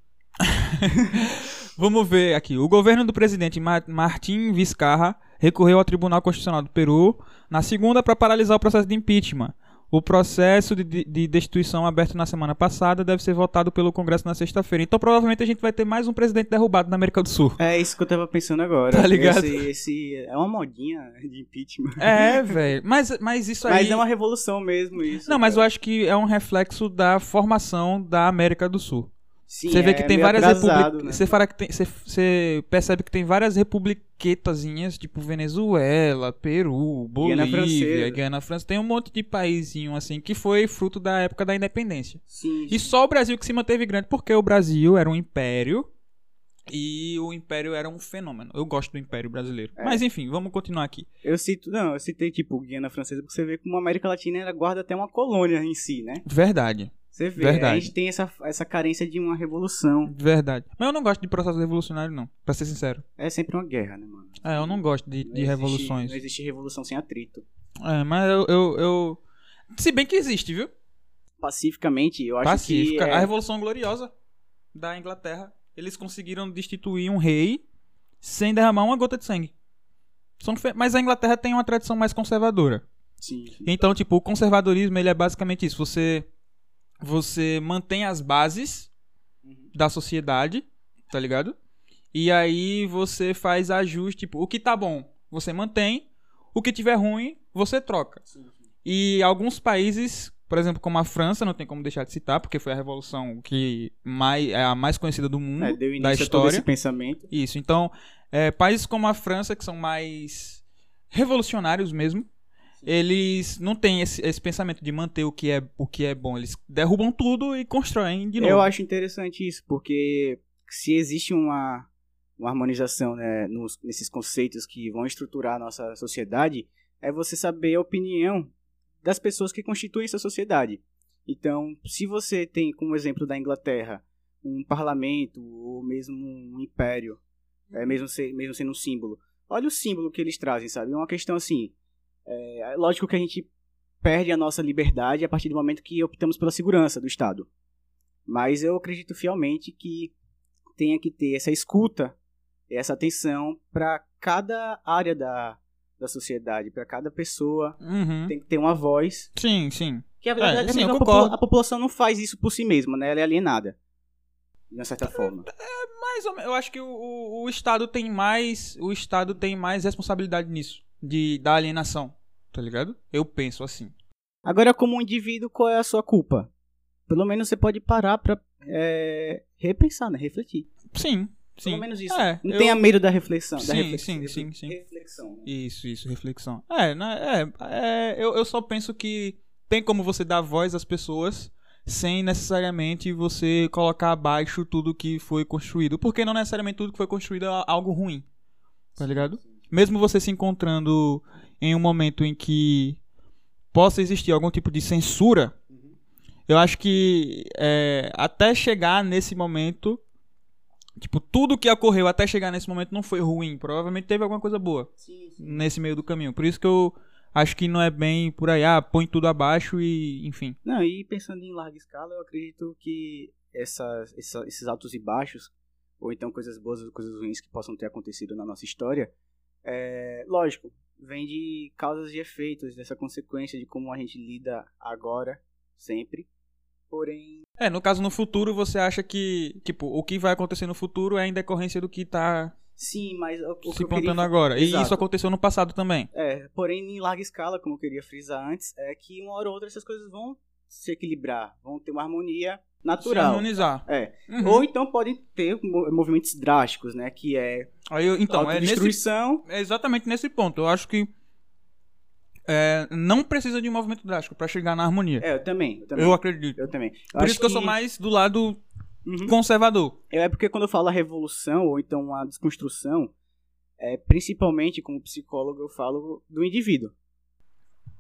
B: Vamos ver aqui. O governo do presidente Ma- Martim Vizcarra recorreu ao Tribunal Constitucional do Peru na segunda para paralisar o processo de impeachment. O processo de, de- de destituição aberto na semana passada deve ser votado pelo Congresso na sexta-feira. Então, provavelmente, a gente vai ter mais um presidente derrubado na América do
A: [LAUGHS]
B: Sul.
A: É isso que eu tava pensando agora.
B: Tá ligado?
A: Esse, esse- é uma modinha de impeachment.
B: É, velho. Mas, mas isso aí.
A: Mas é uma revolução mesmo isso.
B: Não, mas eu
A: cara.
B: acho que é um reflexo da formação da América do Sul.
A: Sim,
B: você vê
A: é
B: que tem
A: meio
B: várias
A: atrasado,
B: republi-
A: né?
B: você, fala que tem- você- você percebe que tem várias republiquetazinhas, tipo Venezuela, Peru,
A: Guiana
B: Bolívia,
A: Francesa.
B: Guiana França. Tem um monte de paizinho assim que foi fruto da época da independência.
A: Sim.
B: E só o Brasil que se manteve grande, porque o Brasil era um império e o império era um fenômeno. Eu gosto do império brasileiro.
A: É.
B: Mas enfim, vamos continuar aqui.
A: Eu cito, não, eu citei tipo Guiana Francesa porque você vê como a América Latina ela guarda até uma colônia em si, né?
B: Verdade,
A: Você vê,
B: Verdade.
A: a gente tem essa, essa carência de uma revolução.
B: verdade. Mas eu não gosto de processo revolucionário não, pra ser sincero.
A: É sempre uma guerra, né, mano?
B: É, eu não gosto de, de
A: Não existe-
B: revoluções.
A: Não existe revolução sem atrito.
B: É, mas eu, eu, eu- Se bem que existe, viu?
A: Pacificamente, eu acho
B: Pacífica.
A: que.
B: A
A: É,
B: Revolução Gloriosa da Inglaterra. Eles conseguiram destituir um rei sem derramar uma gota de sangue. São fe- Mas a Inglaterra tem uma tradição mais conservadora.
A: sim, sim.
B: Então, tipo, o conservadorismo ele é basicamente isso. Você, você mantém as bases
A: Uhum.
B: da sociedade, tá ligado? E aí você faz ajuste. Tipo, o que tá bom, você mantém. O que tiver ruim, você troca.
A: Sim, sim.
B: E alguns países, por exemplo, como a França, não tem como deixar de citar, porque foi a revolução que mais, é a mais conhecida do mundo,
A: É, deu início
B: da
A: a todo
B: história.
A: esse pensamento.
B: Isso, então, é, países como a França, que são mais revolucionários mesmo, eles não têm esse, esse pensamento de manter o que, é, o que é bom. Eles derrubam tudo e constroem de novo.
A: Eu acho interessante isso, porque se existe uma, uma harmonização né, nos- nesses conceitos que vão estruturar a nossa sociedade, é você saber a opinião das pessoas que constituem essa sociedade. Então, se você tem, como exemplo da Inglaterra, um parlamento ou mesmo um império, é, mesmo, se- mesmo sendo um símbolo, olha o símbolo que eles trazem, sabe? É uma questão assim. É, é lógico que a gente perde a nossa liberdade a partir do momento que optamos pela segurança do Estado. Mas eu acredito fielmente que tenha que ter essa escuta, essa atenção para cada área da, da sociedade, para cada pessoa.
B: Uhum.
A: Tem que ter uma voz.
B: Sim, sim.
A: Que a,
B: É,
A: a-
B: sim, eu
A: a,
B: concordo.
A: popula- a população não faz isso por si mesma, né? Ela é alienada. De uma certa forma.
B: Mas eu acho que o, o- o Estado tem mais. O Estado tem mais responsabilidade nisso. De, da alienação. Tá ligado? Eu penso assim.
A: Agora, como indivíduo, qual é a sua culpa? Pelo menos você pode parar pra é, repensar, né? Refletir.
B: Sim, sim.
A: Pelo menos isso.
B: É,
A: não
B: eu-
A: tenha medo da reflexão. da
B: Sim,
A: reflex-
B: sim,
A: refle-
B: sim, sim.
A: Reflexão. né?
B: Isso, isso, reflexão. É, né, é, é, eu, eu só penso que tem como você dar voz às pessoas sem necessariamente você colocar abaixo tudo que foi construído. Porque não necessariamente tudo que foi construído é algo ruim. Tá ligado? Mesmo você se encontrando em um momento em que possa existir algum tipo de censura,
A: Uhum.
B: eu acho que é, até chegar nesse momento, tipo, tudo que ocorreu até chegar nesse momento não foi ruim. Provavelmente teve alguma coisa boa
A: Sim, sim.
B: nesse meio do caminho. Por isso que eu acho que não é bem por aí, ah, põe tudo abaixo e enfim.
A: Não, e pensando em larga escala, eu acredito que essas, essa- esses altos e baixos, ou então coisas boas ou coisas ruins que possam ter acontecido na nossa história, é, lógico, vem de causas e efeitos, dessa consequência de como a gente lida agora, sempre. Porém,
B: É, no caso no futuro você acha que, tipo, o que vai acontecer no futuro é em decorrência do que tá
A: sim, mas o, o que
B: se
A: eu queria
B: plantando agora. E
A: Exato.
B: isso aconteceu no passado também.
A: É, porém, em larga escala, como eu queria frisar antes, é que uma hora ou outra essas coisas vão se equilibrar, vão ter uma harmonia
B: Se
A: natural.
B: harmonizar.
A: É.
B: Uhum.
A: Ou então podem ter mo- movimentos drásticos, né? Que é
B: Aí eu- então, é nesse
A: destruição.
B: É exatamente nesse ponto. Eu acho que é, não precisa de um movimento drástico pra chegar na harmonia.
A: É, eu também. Eu também.
B: eu acredito.
A: eu também.
B: Por
A: acho
B: isso que eu sou mais do lado
A: Uhum.
B: conservador.
A: É porque quando eu falo a revolução, ou então a desconstrução, é, principalmente como psicólogo, eu falo do indivíduo.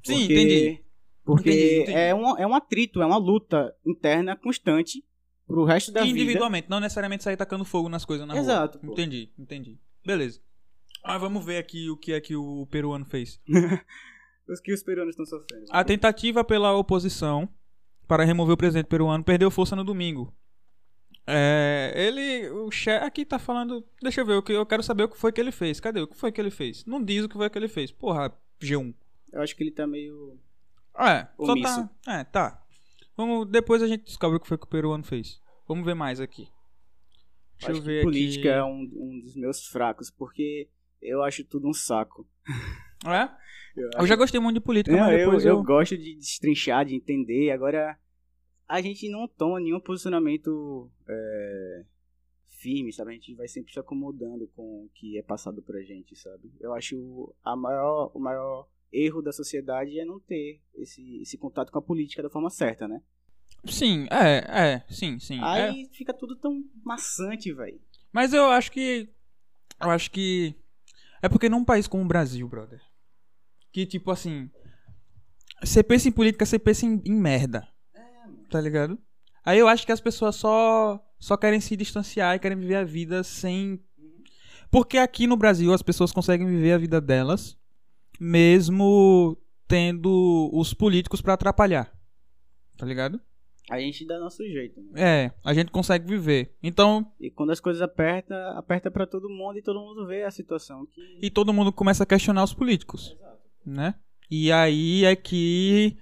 B: Sim,
A: Porque-
B: entendi.
A: Porque
B: Entendi, entendi.
A: É, um, é um atrito, é uma luta interna constante pro resto da vida.
B: Individualmente, não necessariamente sair tacando fogo nas coisas na rua.
A: Exato, pô.
B: Entendi, entendi. Beleza. Ah, vamos ver aqui o que é que o peruano fez.
A: Os que os peruanos estão sofrendo.
B: A tentativa pela oposição para remover o presidente peruano perdeu força no domingo. É, ele, o chefe, aqui tá falando, deixa eu ver, o que- eu quero saber o que foi que ele fez. Cadê? O que foi que ele fez? Não diz o que foi que ele fez. Porra, G1.
A: Eu acho que ele tá meio.
B: É, só
A: Omisso.
B: tá. É, tá. Vamos, depois a gente descobre o que foi que o peruano fez. Vamos ver mais aqui. Deixa
A: acho
B: eu
A: que
B: ver
A: política é
B: aqui.
A: um, um dos meus fracos, porque eu acho tudo um saco.
B: É?
A: Eu
B: Eu já gostei muito de política, Então,
A: Não,
B: mas
A: É, eu,
B: depois eu.
A: eu gosto de destrinchar, de entender. Agora, a gente não toma nenhum posicionamento é, firme, sabe? A gente vai sempre se acomodando com o que é passado pra gente, sabe? Eu acho a maior, o maior erro da sociedade é não ter esse, esse contato com a política da forma certa, né?
B: Sim, é, é, sim, sim. é.
A: Aí fica tudo tão maçante, velho.
B: Mas eu acho que. Eu acho que. É porque num país como o Brasil, brother. Que tipo assim. Você pensa em política, você pensa em, em merda. Tá ligado? Aí eu acho que as pessoas só. Só querem se distanciar e querem viver a vida sem. Porque aqui no Brasil as pessoas conseguem viver a vida delas. Mesmo tendo os políticos pra atrapalhar. Tá ligado?
A: A gente dá nosso jeito.
B: É,
A: Né?
B: a gente consegue viver. Então,
A: E quando as coisas apertam, aperta pra todo mundo e todo mundo vê a situação que.
B: e todo mundo começa a questionar os políticos,
A: Exato.
B: né? E aí é que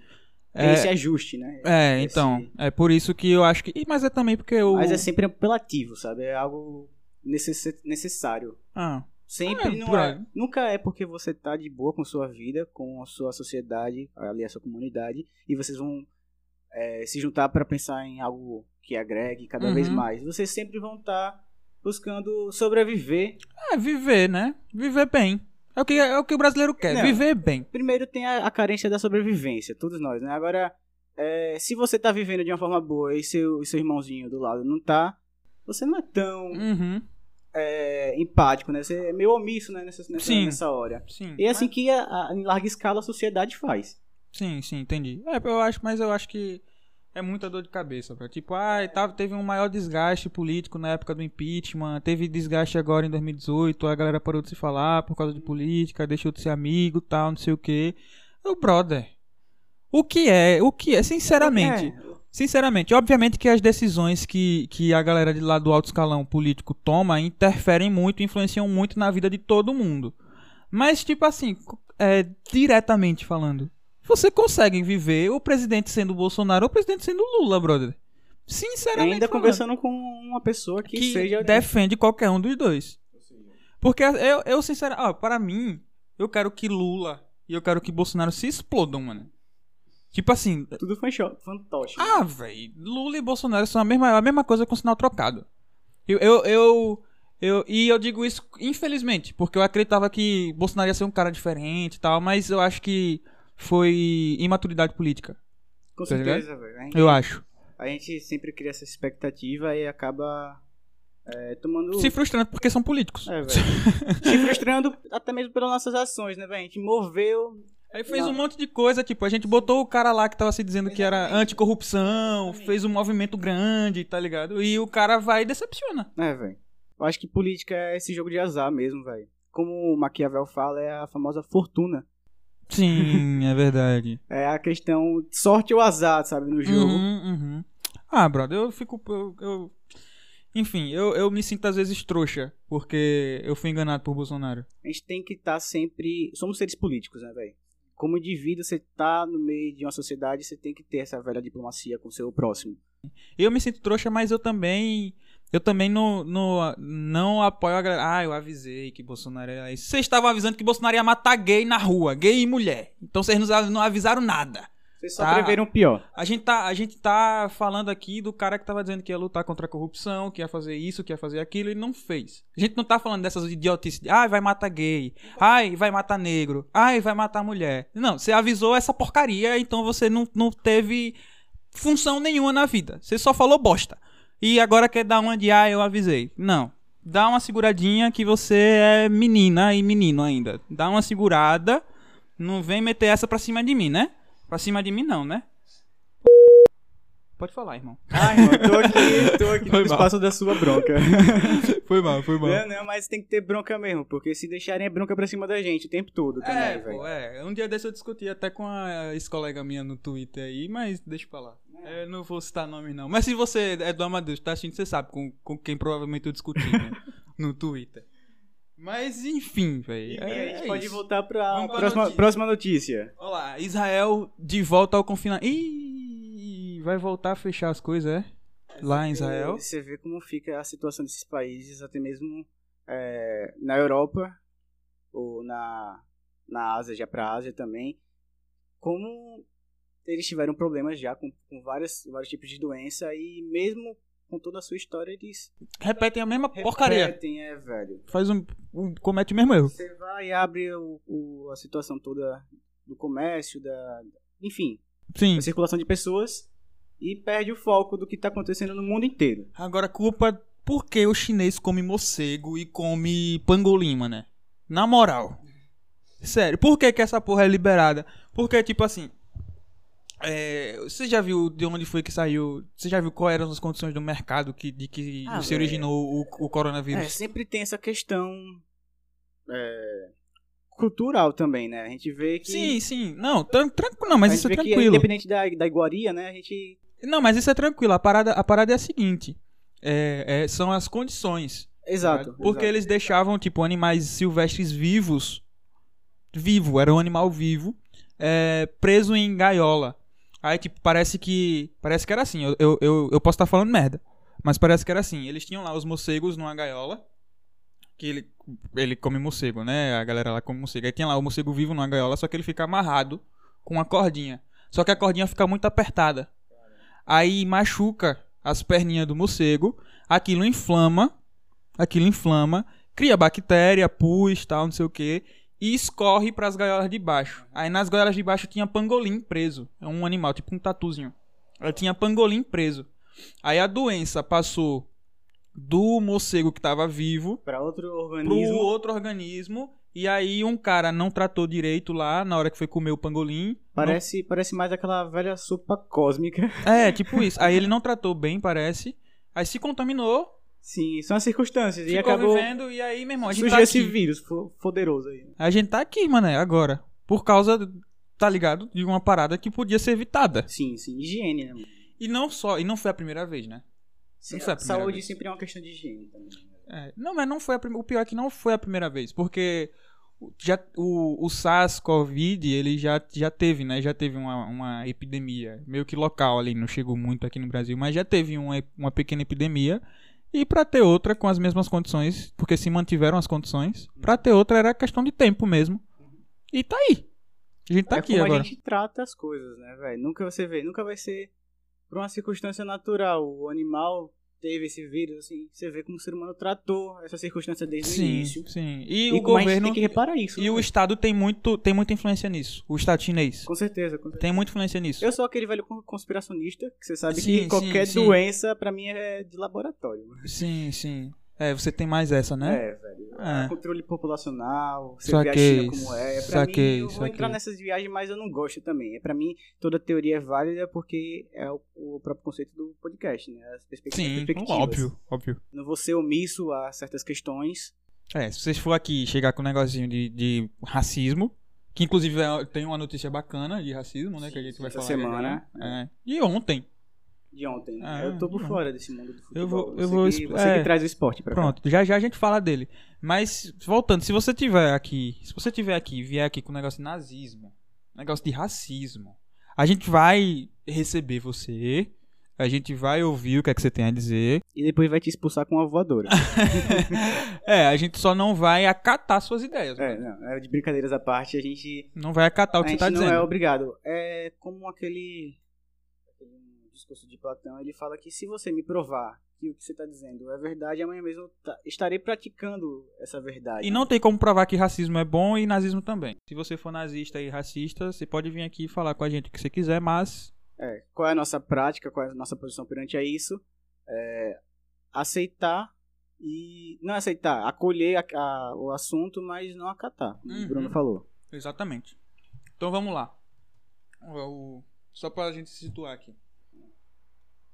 A: Tem esse ajuste, né?
B: é,
A: Esse-
B: então, é por isso que eu acho que, Ih, mas é também porque eu
A: Mas é sempre apelativo, sabe? É algo necess- necessário.
B: ah,
A: Sempre
B: É,
A: não
B: por
A: é,
B: aí.
A: nunca é porque você tá de boa com sua vida, com a sua sociedade, ali a sua comunidade, e vocês vão é, se juntar para pensar em algo que agregue cada vez
B: Uhum.
A: mais. Vocês sempre vão estar buscando sobreviver.
B: é viver, né? Viver bem. É o que é o que o brasileiro quer,
A: Não.
B: viver bem.
A: Primeiro tem a, a carência da sobrevivência, todos nós, né? Agora, é, se você tá vivendo de uma forma boa e seu, e seu irmãozinho do lado não tá, você não é tão
B: Uhum,
A: é, empático, né? Você é meio omisso né? nessa, nessa,
B: Sim.
A: nessa hora.
B: sim.
A: E é assim que, a- a- em larga escala, a sociedade faz.
B: Sim, sim, entendi. É, eu acho, mas eu acho que é muita dor de cabeça, velho. Tipo, ah, tava, teve um maior desgaste político na época do impeachment, teve desgaste agora em 2018, a galera parou de se falar por causa de política, deixou de ser amigo, tal, não sei o quê. O brother. O que é? O que é? Sinceramente.
A: É,
B: Sinceramente, obviamente que as decisões que, que a galera de lá do alto escalão político toma interferem muito, influenciam muito na vida de todo mundo. Mas, tipo assim, co- é, diretamente falando, você consegue viver o presidente sendo Bolsonaro ou o presidente sendo Lula, brother? Sinceramente.
A: ainda
B: falando,
A: conversando com uma pessoa que,
B: que
A: seja.
B: defende qualquer um dos dois. Porque eu, eu sinceramente, ó, para mim, eu quero que Lula e eu quero que Bolsonaro se explodam, mano. Tipo assim,
A: Tudo fancho- fantoche. né?
B: ah, velho, Lula e Bolsonaro são a mesma, a mesma coisa com sinal trocado. Eu, eu, eu, eu- e eu digo isso infelizmente, porque eu acreditava que Bolsonaro ia ser um cara diferente e tal, mas eu acho que foi imaturidade política,
A: com
B: tá ligado?
A: certeza, velho. A gente-
B: eu acho.
A: A gente sempre cria essa expectativa e acaba é, tomando.
B: Se frustrando porque são políticos. [LAUGHS]
A: É, velho. se frustrando até mesmo pelas nossas ações, né, velho? A gente moveu.
B: Aí fez
A: Não.
B: um monte de coisa, tipo, a gente botou o cara lá que tava se dizendo que era
A: Exatamente.
B: anticorrupção, fez um movimento grande, tá ligado? E o cara vai e decepciona.
A: É, velho. Eu acho que política é esse jogo de azar mesmo, velho. Como o Maquiavel fala, é a famosa fortuna.
B: Sim, é [LAUGHS] verdade.
A: É a questão sorte ou azar, sabe, no jogo.
B: Uhum, uhum. Ah, brother, eu fico. Eu, eu- Enfim, eu, eu me sinto às vezes trouxa, porque eu fui enganado por Bolsonaro.
A: A gente tem que estar sempre. Somos seres políticos, né, velho? Como indivíduo, você tá no meio de uma sociedade, você tem que ter essa velha diplomacia com o seu próximo.
B: Eu me sinto trouxa, mas eu também. Eu também não, não, não apoio a galera. Ah, eu avisei que Bolsonaro era isso. Vocês estavam avisando que Bolsonaro ia matar gay na rua, gay e mulher. Então vocês nos av- não avisaram nada.
A: Vocês só
B: Tá.
A: preveram o
B: [LAUGHS]
A: pior.
B: A gente, tá, a gente tá falando aqui do cara que tava dizendo que ia lutar contra a corrupção, que ia fazer isso, que ia fazer aquilo, e não fez. A gente não tá falando dessas idiotices de ai, vai matar gay, ai, vai matar negro, ai, vai matar mulher. Não, você avisou essa porcaria, então você não, não teve função nenhuma na vida. Você só falou bosta. E agora quer dar uma de ah, eu avisei. Não. Dá uma seguradinha que você é menina e menino ainda. Dá uma segurada. Não vem meter essa pra cima de mim, né? Pra cima de mim não, né? Pode falar, irmão.
A: Ai, mano, tô aqui, tô aqui
B: Foi
A: no
B: mal.
A: espaço da sua bronca.
B: [LAUGHS] Foi mal, foi
A: Não, não, mas tem que ter bronca mesmo, porque se deixarem é bronca pra cima da gente o tempo todo também,
B: É,
A: velho.
B: pô, é. Um dia desse eu discuti até com a ex-colega minha no Twitter aí, mas deixa pra lá.
A: É.
B: Eu não vou citar nome não. Mas se você é do Amadeus, tá assistindo, você sabe com, com quem provavelmente eu discuti
A: [LAUGHS]
B: né? no Twitter. Mas enfim,
A: E
B: velho.
A: a
B: É,
A: gente
B: é
A: pode
B: isso.
A: voltar pra
B: Vamos pra
A: próxima
B: notícia.
A: próxima notícia.
B: Olha lá, Israel de volta ao confinamento. Ih, vai voltar a fechar as coisas, é? Lá em Israel.
A: Você vê como fica a situação desses países, até mesmo é, na Europa ou na, na Ásia, já pra Ásia também. Como eles tiveram problemas já com, com várias, vários tipos de doença e mesmo com toda a sua história eles
B: Repetem a mesma porcaria.
A: repetem, é, velho.
B: Faz um, um- comete o mesmo erro.
A: Você vai e abre o, o- a situação toda do comércio, da enfim,
B: Sim.
A: da circulação de pessoas e perde o foco do que tá acontecendo no mundo inteiro.
B: Agora, culpa por que o chinês come morcego e come pangolim, mané? Na moral. Sério, por que, que essa porra é liberada? Porque, tipo assim. é, você já viu de onde foi que saiu? Você já viu quais eram as condições do mercado que, de que
A: Ah,
B: se
A: velho.
B: originou o, o
A: É,
B: coronavírus?
A: sempre tem essa questão é, cultural também, né? A gente vê que
B: Sim, sim. Não, tran- tranquilo. Não,
A: a
B: mas
A: gente
B: isso é
A: vê que,
B: tranquilo.
A: independente da, da iguaria, né? A gente
B: Não, mas isso é tranquilo. A parada, a parada é a seguinte: É, é, são as condições.
A: exato,
B: Porque
A: exato.
B: eles deixavam, tipo, animais silvestres vivos. Vivo, era um animal vivo. é, preso em gaiola. Aí, tipo, parece que. Parece que era assim. Eu, eu, eu, eu posso estar falando merda. Mas parece que era assim. Eles tinham lá os morcegos numa gaiola. Que ele, ele come morcego, né? A galera lá come morcego. Aí tinha lá o morcego vivo numa gaiola, só que ele fica amarrado com uma cordinha. Só que a cordinha fica muito apertada. Aí machuca as perninhas do morcego. Aquilo inflama aquilo inflama, cria bactéria, pus, tal, não sei o que, e escorre pras gaiolas de baixo. Aí nas gaiolas de baixo tinha pangolim preso, é um animal, tipo um tatuzinho. Aí tinha pangolim preso. Aí a doença passou do morcego que tava vivo
A: Pra outro
B: pro
A: organismo.
B: outro organismo, e aí um cara não tratou direito lá na hora que foi comer o pangolim. não
A: Parece, parece mais aquela velha sopa cósmica. [LAUGHS]
B: É, tipo isso. Aí ele não tratou bem, parece. Aí se contaminou,
A: Sim, são as circunstâncias. e
B: ficou
A: acabou
B: vivendo, e aí, meu irmão, a gente
A: surgiu
B: tá
A: esse
B: aqui.
A: vírus fo- poderoso aí.
B: A gente tá aqui, mané, agora. Por causa, tá ligado? De uma parada que podia ser evitada.
A: Sim, sim, higiene, né? mano?
B: E não só, e não foi a primeira vez, né?
A: Sim,
B: foi a primeira
A: saúde
B: vez.
A: sempre é uma questão de higiene também. né?
B: É, não, mas não foi a primeira. O pior é que não foi a primeira vez, porque o- já, o, o SARS-CoV-2, ele já, já teve, né? Já teve uma, uma epidemia, meio que local ali, não chegou muito aqui no Brasil, mas já teve uma, ep- uma pequena epidemia. E pra ter outra com as mesmas condições, porque se mantiveram as condições, pra ter outra era questão de tempo mesmo. E tá aí. A gente tá
A: é
B: aqui
A: como
B: agora.
A: a gente trata as coisas, né, velho? Nunca você vê, nunca vai ser por uma circunstância natural. O animal teve esse vírus, assim, você vê como o ser humano tratou essa circunstância desde o
B: Sim,
A: início.
B: sim. E,
A: E
B: o
A: como a gente
B: governo
A: tem que reparar isso.
B: e
A: né?
B: o estado tem muito tem muita influência nisso. O estado chinês
A: Com certeza, com certeza.
B: tem muita influência nisso.
A: Eu sou aquele velho con- conspiracionista, que você sabe
B: Sim, sim,
A: que qualquer
B: sim.
A: doença, pra mim, é de laboratório.
B: Sim, sim. É, você tem mais essa, né?
A: É, velho.
B: É.
A: Controle populacional, você vê a
B: Saquei,
A: China como é. Pra
B: saquei,
A: mim, eu vou
B: saquei.
A: entrar nessas viagens, mas eu não gosto também. É Pra mim, toda teoria é válida porque é o, o próprio conceito do podcast, né? As perspe-
B: Sim,
A: perspectivas.
B: óbvio, óbvio.
A: Não vou ser omisso a certas questões.
B: É, se vocês for aqui chegar com um negocinho de, de racismo, que inclusive é- tem uma notícia bacana de racismo, né, que a gente vai
A: essa
B: falar
A: semana,
B: agora. É. E ontem.
A: De ontem. né?
B: Ah,
A: eu tô por
B: não.
A: fora desse mundo do futebol.
B: Eu vou- eu
A: você
B: vou
A: que,
B: expl-
A: você
B: é.
A: que traz o esporte pra cá.
B: Pronto, já já a gente fala dele. Mas voltando, se você tiver aqui, se você tiver aqui, e vier aqui com um negócio de nazismo, um negócio de racismo, a gente vai receber você, a gente vai ouvir o que é que você tem a
A: [LAUGHS]
B: dizer.
A: E depois vai te expulsar com
B: [LAUGHS]
A: uma voadora.
B: é, a gente só não vai acatar suas ideias.
A: é,
B: mano.
A: não. é, De brincadeiras à parte, a gente
B: Não vai acatar o
A: a
B: que você
A: gente
B: tá
A: não
B: dizendo.
A: é obrigado. É como aquele, aquele discurso de Platão, ele fala que se você me provar que o que você está dizendo é verdade, amanhã mesmo eu ta- estarei praticando essa verdade.
B: E não tem como provar que racismo é bom e nazismo também. Se você for nazista e racista, você pode vir aqui falar com a gente o que você quiser, mas
A: É, qual é a nossa prática, qual é a nossa posição perante a isso? É, aceitar e... Não aceitar, acolher a- a- o assunto, mas não acatar, como
B: Uhum.
A: o Bruno falou.
B: Exatamente. Então vamos lá. É O- o- Só pra gente se situar aqui.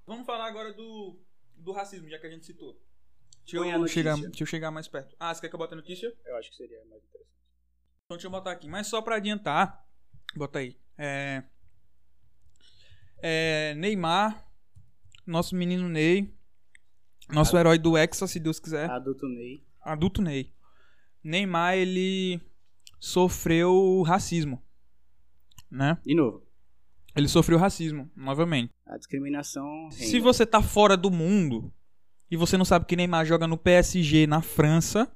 B: Vamos falar agora do, do racismo, já que a gente citou. Deixa
A: Põe a
B: eu,
A: notícia.
B: chegar, deixa eu chegar mais perto. Ah, você quer que eu bote a notícia?
A: Eu acho que seria mais interessante.
B: Então deixa eu botar aqui. Mas só pra adiantar, bota aí. É, é, Neymar, nosso menino Ney, nosso herói do Hexa, se Deus quiser
A: Adulto Ney.
B: adulto Ney. Neymar ele sofreu racismo, né?
A: De novo,
B: Ele sofreu racismo, novamente.
A: a discriminação...
B: Se
A: reina.
B: você tá fora do mundo e você não sabe que Neymar joga no PSG na França,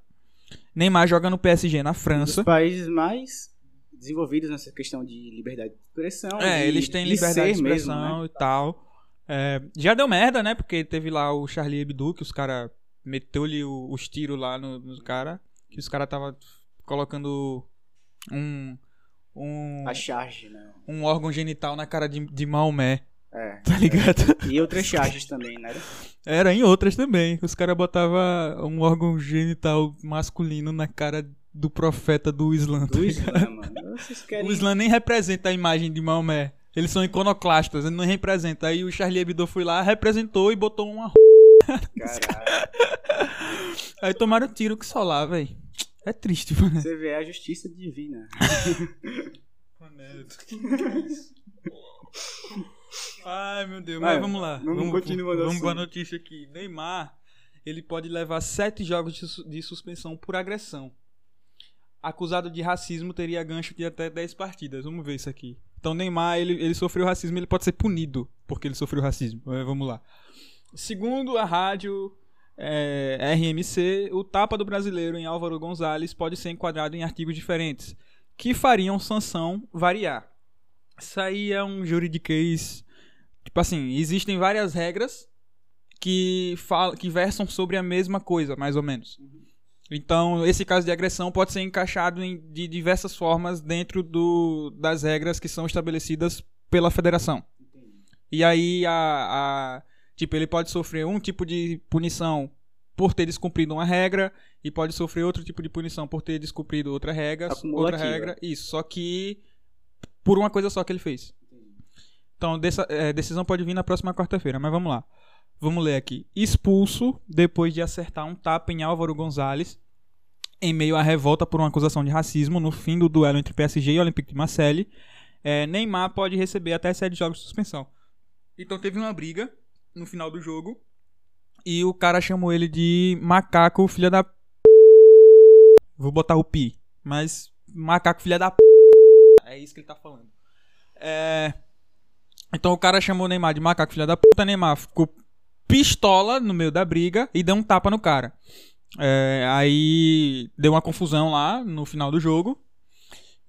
B: Neymar joga no PSG na
A: Um dos
B: França,
A: países mais desenvolvidos nessa questão de liberdade de expressão.
B: É,
A: de-
B: eles têm
A: de
B: liberdade de
A: ser mesmo,
B: expressão
A: né?
B: e tal. É, já deu merda, né? Porque teve lá o Charlie Hebdo, que os caras meteu-lhe o- os tiros lá no, no cara. Que os caras tava colocando um, um,
A: A charge, né?
B: um órgão genital na cara de, de Maomé, [LAUGHS]
A: É.
B: tá ligado?
A: E outras charges também, né?
B: Era em outras também. Os caras botavam um órgão genital masculino na cara do profeta do Islã. tá [LAUGHS]
A: Do Islã, né, mano. Vocês querem...
B: O Islã nem representa a imagem de Maomé. Eles são iconoclastas, ele não representa. Aí o Charlie Hebdo foi lá, representou e botou uma roupa.
A: Caralho.
B: Aí tomaram um tiro que só lá, velho. É triste, mano.
A: Você vê é a justiça
B: [LAUGHS]
A: divina.
B: Ai, meu Deus,
A: Vai,
B: mas vamos lá.
A: vamos continuando
B: Vamos
A: assim.
B: com a notícia aqui. Neymar, ele pode levar sete jogos de, su- de suspensão por agressão. Acusado de racismo, teria gancho de até 10 partidas. Vamos ver isso aqui. Então, Neymar, ele, ele sofreu racismo, ele pode ser punido porque ele sofreu racismo. Eh, Vamos lá. Segundo a rádio eh, RMC, o tapa do brasileiro em Álvaro Gonzalez pode ser enquadrado em artigos diferentes, que fariam sanção variar. Isso aí é um juridiquês. Tipo assim, existem várias regras que, fal- que versam sobre a mesma coisa, mais ou menos. Então, esse caso de agressão pode ser encaixado em, de diversas formas dentro do, das regras que são estabelecidas pela federação. E aí, a, a- tipo, ele pode sofrer um tipo de punição por ter descumprido uma regra e pode sofrer outro tipo de punição por ter descumprido outra regra, outra
A: Acumulativa.
B: regra. Isso, só que por uma coisa só que ele fez. Então, dessa, é, decisão pode vir na próxima quarta-feira, mas vamos lá. Vamos ler aqui. Expulso depois de acertar um tapa em Álvaro Gonzalez em meio à revolta por uma acusação de racismo no fim do duelo entre PSG e Olympique de Marseille. é, Neymar pode receber até sete jogos de suspensão. Então teve uma briga no final do jogo e o cara chamou ele de macaco filha da p****. Vou botar o pi, mas macaco filha da p****. É isso que ele tá falando. É, Então o cara chamou o Neymar de macaco filha da puta, Neymar ficou pistola no meio da briga e deu um tapa no cara. É, aí deu uma confusão lá no final do jogo.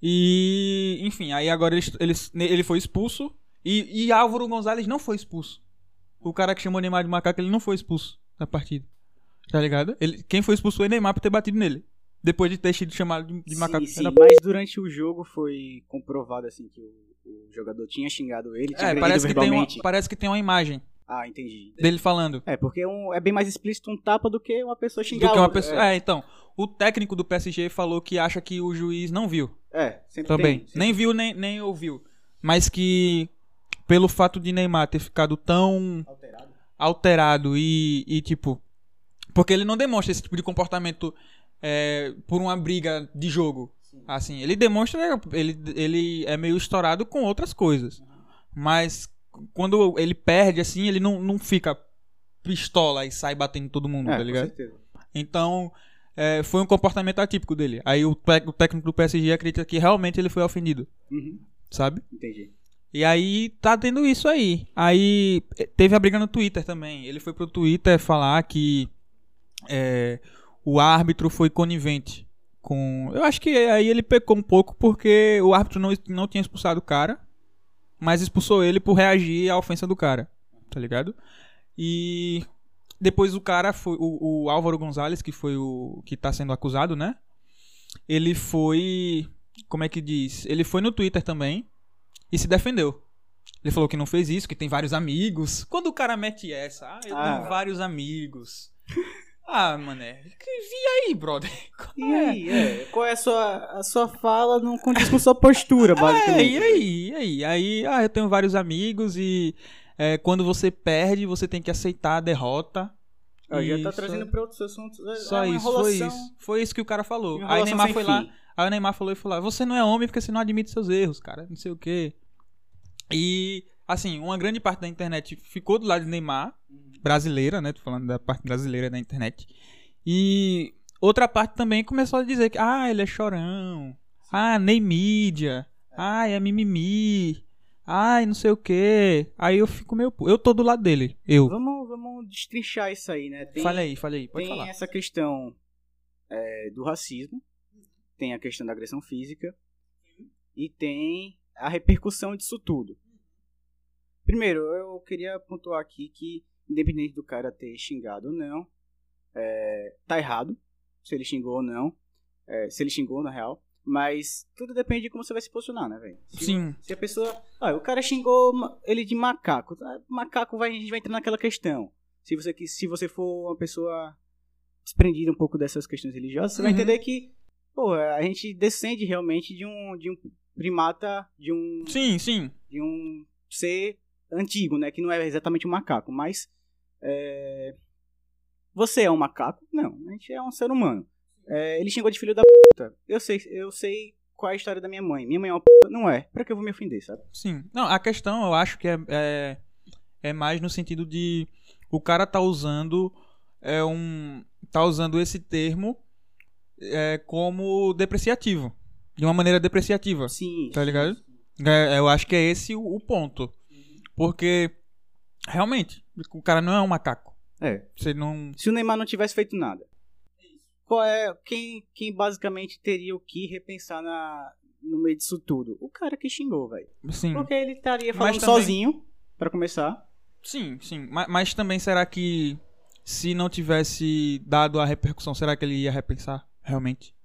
B: E, enfim, aí agora ele, ele, ele foi expulso. E, e Álvaro Gonzalez não foi expulso. O cara que chamou o Neymar de macaco, ele não foi expulso da partida. Tá ligado? Ele, quem foi expulso foi o Neymar por ter batido nele. Depois de ter sido chamado de, de macaco.
A: Sim,
B: filha
A: sim,
B: da p****.
A: mas durante o jogo foi comprovado assim que o, o jogador tinha xingado ele, tinha
B: É,
A: agredido
B: parece que, tem uma,
A: verbalmente.
B: parece que tem uma imagem
A: Ah, entendi.
B: dele falando.
A: É, porque é um, é bem mais explícito um tapa do que uma pessoa
B: Do
A: xingar
B: que uma
A: outra.
B: pessoa. É. então. O técnico do PSG falou que acha que o juiz não viu.
A: É, é, sempre
B: Também.
A: tem. sempre
B: Nem viu, nem, nem ouviu. Mas que pelo fato de Neymar ter ficado tão
A: Alterado.
B: alterado e, e, tipo. Porque ele não demonstra esse tipo de comportamento é, por uma briga de jogo. Assim, ele demonstra. Ele, ele é meio estourado com outras coisas. Mas quando ele perde, assim, ele não, não fica pistola e sai batendo em todo mundo,
A: É,
B: tá ligado?
A: com certeza.
B: Então, é, foi um comportamento atípico dele. Aí o, tec- o técnico do PSG acredita que realmente ele foi ofendido,
A: Uhum,
B: sabe?
A: entendi.
B: E aí tá tendo isso aí. Aí eh, teve a briga no Twitter também. Ele foi pro Twitter falar que é, o árbitro foi conivente com. Eu acho que aí ele pecou um pouco porque o árbitro não, não tinha expulsado o cara, mas expulsou ele por reagir à ofensa do cara, tá ligado? E depois o cara foi o, o Álvaro Gonzalez, que foi o que tá sendo acusado, né? Ele foi, como é que diz? Ele foi no Twitter também e se defendeu. Ele falou que não fez isso, que tem vários amigos. Quando o cara mete essa, ah, eu
A: Ah.
B: tenho vários amigos. [LAUGHS] Ah, mané. Que, e aí, brother? [LAUGHS] Qual
A: E
B: é?
A: aí, é, qual é a sua, a sua fala não condiz com sua
B: [LAUGHS]
A: postura,
B: É,
A: basicamente.
B: e aí, e aí? Aí, ah, eu tenho vários amigos e é, quando você perde, você tem que aceitar a derrota.
A: Ó, já
B: E
A: tá
B: só-
A: trazendo pra outros assuntos. É,
B: Só
A: é uma
B: isso, foi
A: enrolação-
B: isso. Foi isso que o cara falou.
A: enrolação
B: Aí o Neymar
A: sem
B: foi lá,
A: fim.
B: aí o Neymar falou e falou: "Você não é homem porque você não admite seus erros, cara, não sei o quê". E assim, uma grande parte da internet ficou do lado de Neymar, brasileira, né? Tô falando da parte brasileira da internet. E outra parte também começou a dizer que, ah, ele é chorão. Ah, nem mídia. Ah, é mimimi. Ai, não sei o quê. Aí eu fico meio. pu- Eu tô do lado dele. Eu.
A: Vamos, vamos destrinchar isso aí, né? Tem,
B: Fala aí, fala aí, pode
A: tem
B: falar.
A: essa questão é, do racismo, tem a questão da agressão física, e tem a repercussão disso tudo. Primeiro, eu queria pontuar aqui que, independente do cara ter xingado ou não, é, tá errado se ele xingou ou não, é, se ele xingou na real, mas tudo depende de como você vai se posicionar, né, velho? Se-
B: Sim.
A: se a pessoa. Ah, o cara xingou ma- ele de macaco. tá? Macaco vai, a gente vai entrar naquela questão. Se você, que- se você for uma pessoa desprendida um pouco dessas questões religiosas, você vai
B: Uhum.
A: entender que, pô, a gente descende realmente de um, de um primata, de um,
B: Sim, sim.
A: de um ser antigo, né? Que não é exatamente um macaco, mas. é, Você é um macaco? Não, a gente é um ser humano. É, ele xingou de filho da puta. Eu sei, eu sei qual é a história da minha mãe. Minha mãe é uma puta? Não é. Pra que eu vou me ofender, sabe?
B: Sim. Não, a questão eu acho que é, é, é mais no sentido de o cara tá usando é um tá usando esse termo é, como depreciativo, de uma maneira depreciativa.
A: Sim.
B: Tá ligado? É, eu acho que é esse o, o ponto. Porque realmente o cara não é um macaco.
A: É.
B: Você não
A: Se o Neymar não tivesse feito nada, qual é quem, quem basicamente teria o que repensar na, no meio disso tudo? O cara que xingou, velho.
B: sim.
A: Porque ele estaria
B: Hum. Mas
A: falando
B: também-
A: sozinho, pra começar.
B: Sim, sim. Ma- Mas, também será que se não tivesse dado a repercussão, será que ele ia repensar realmente?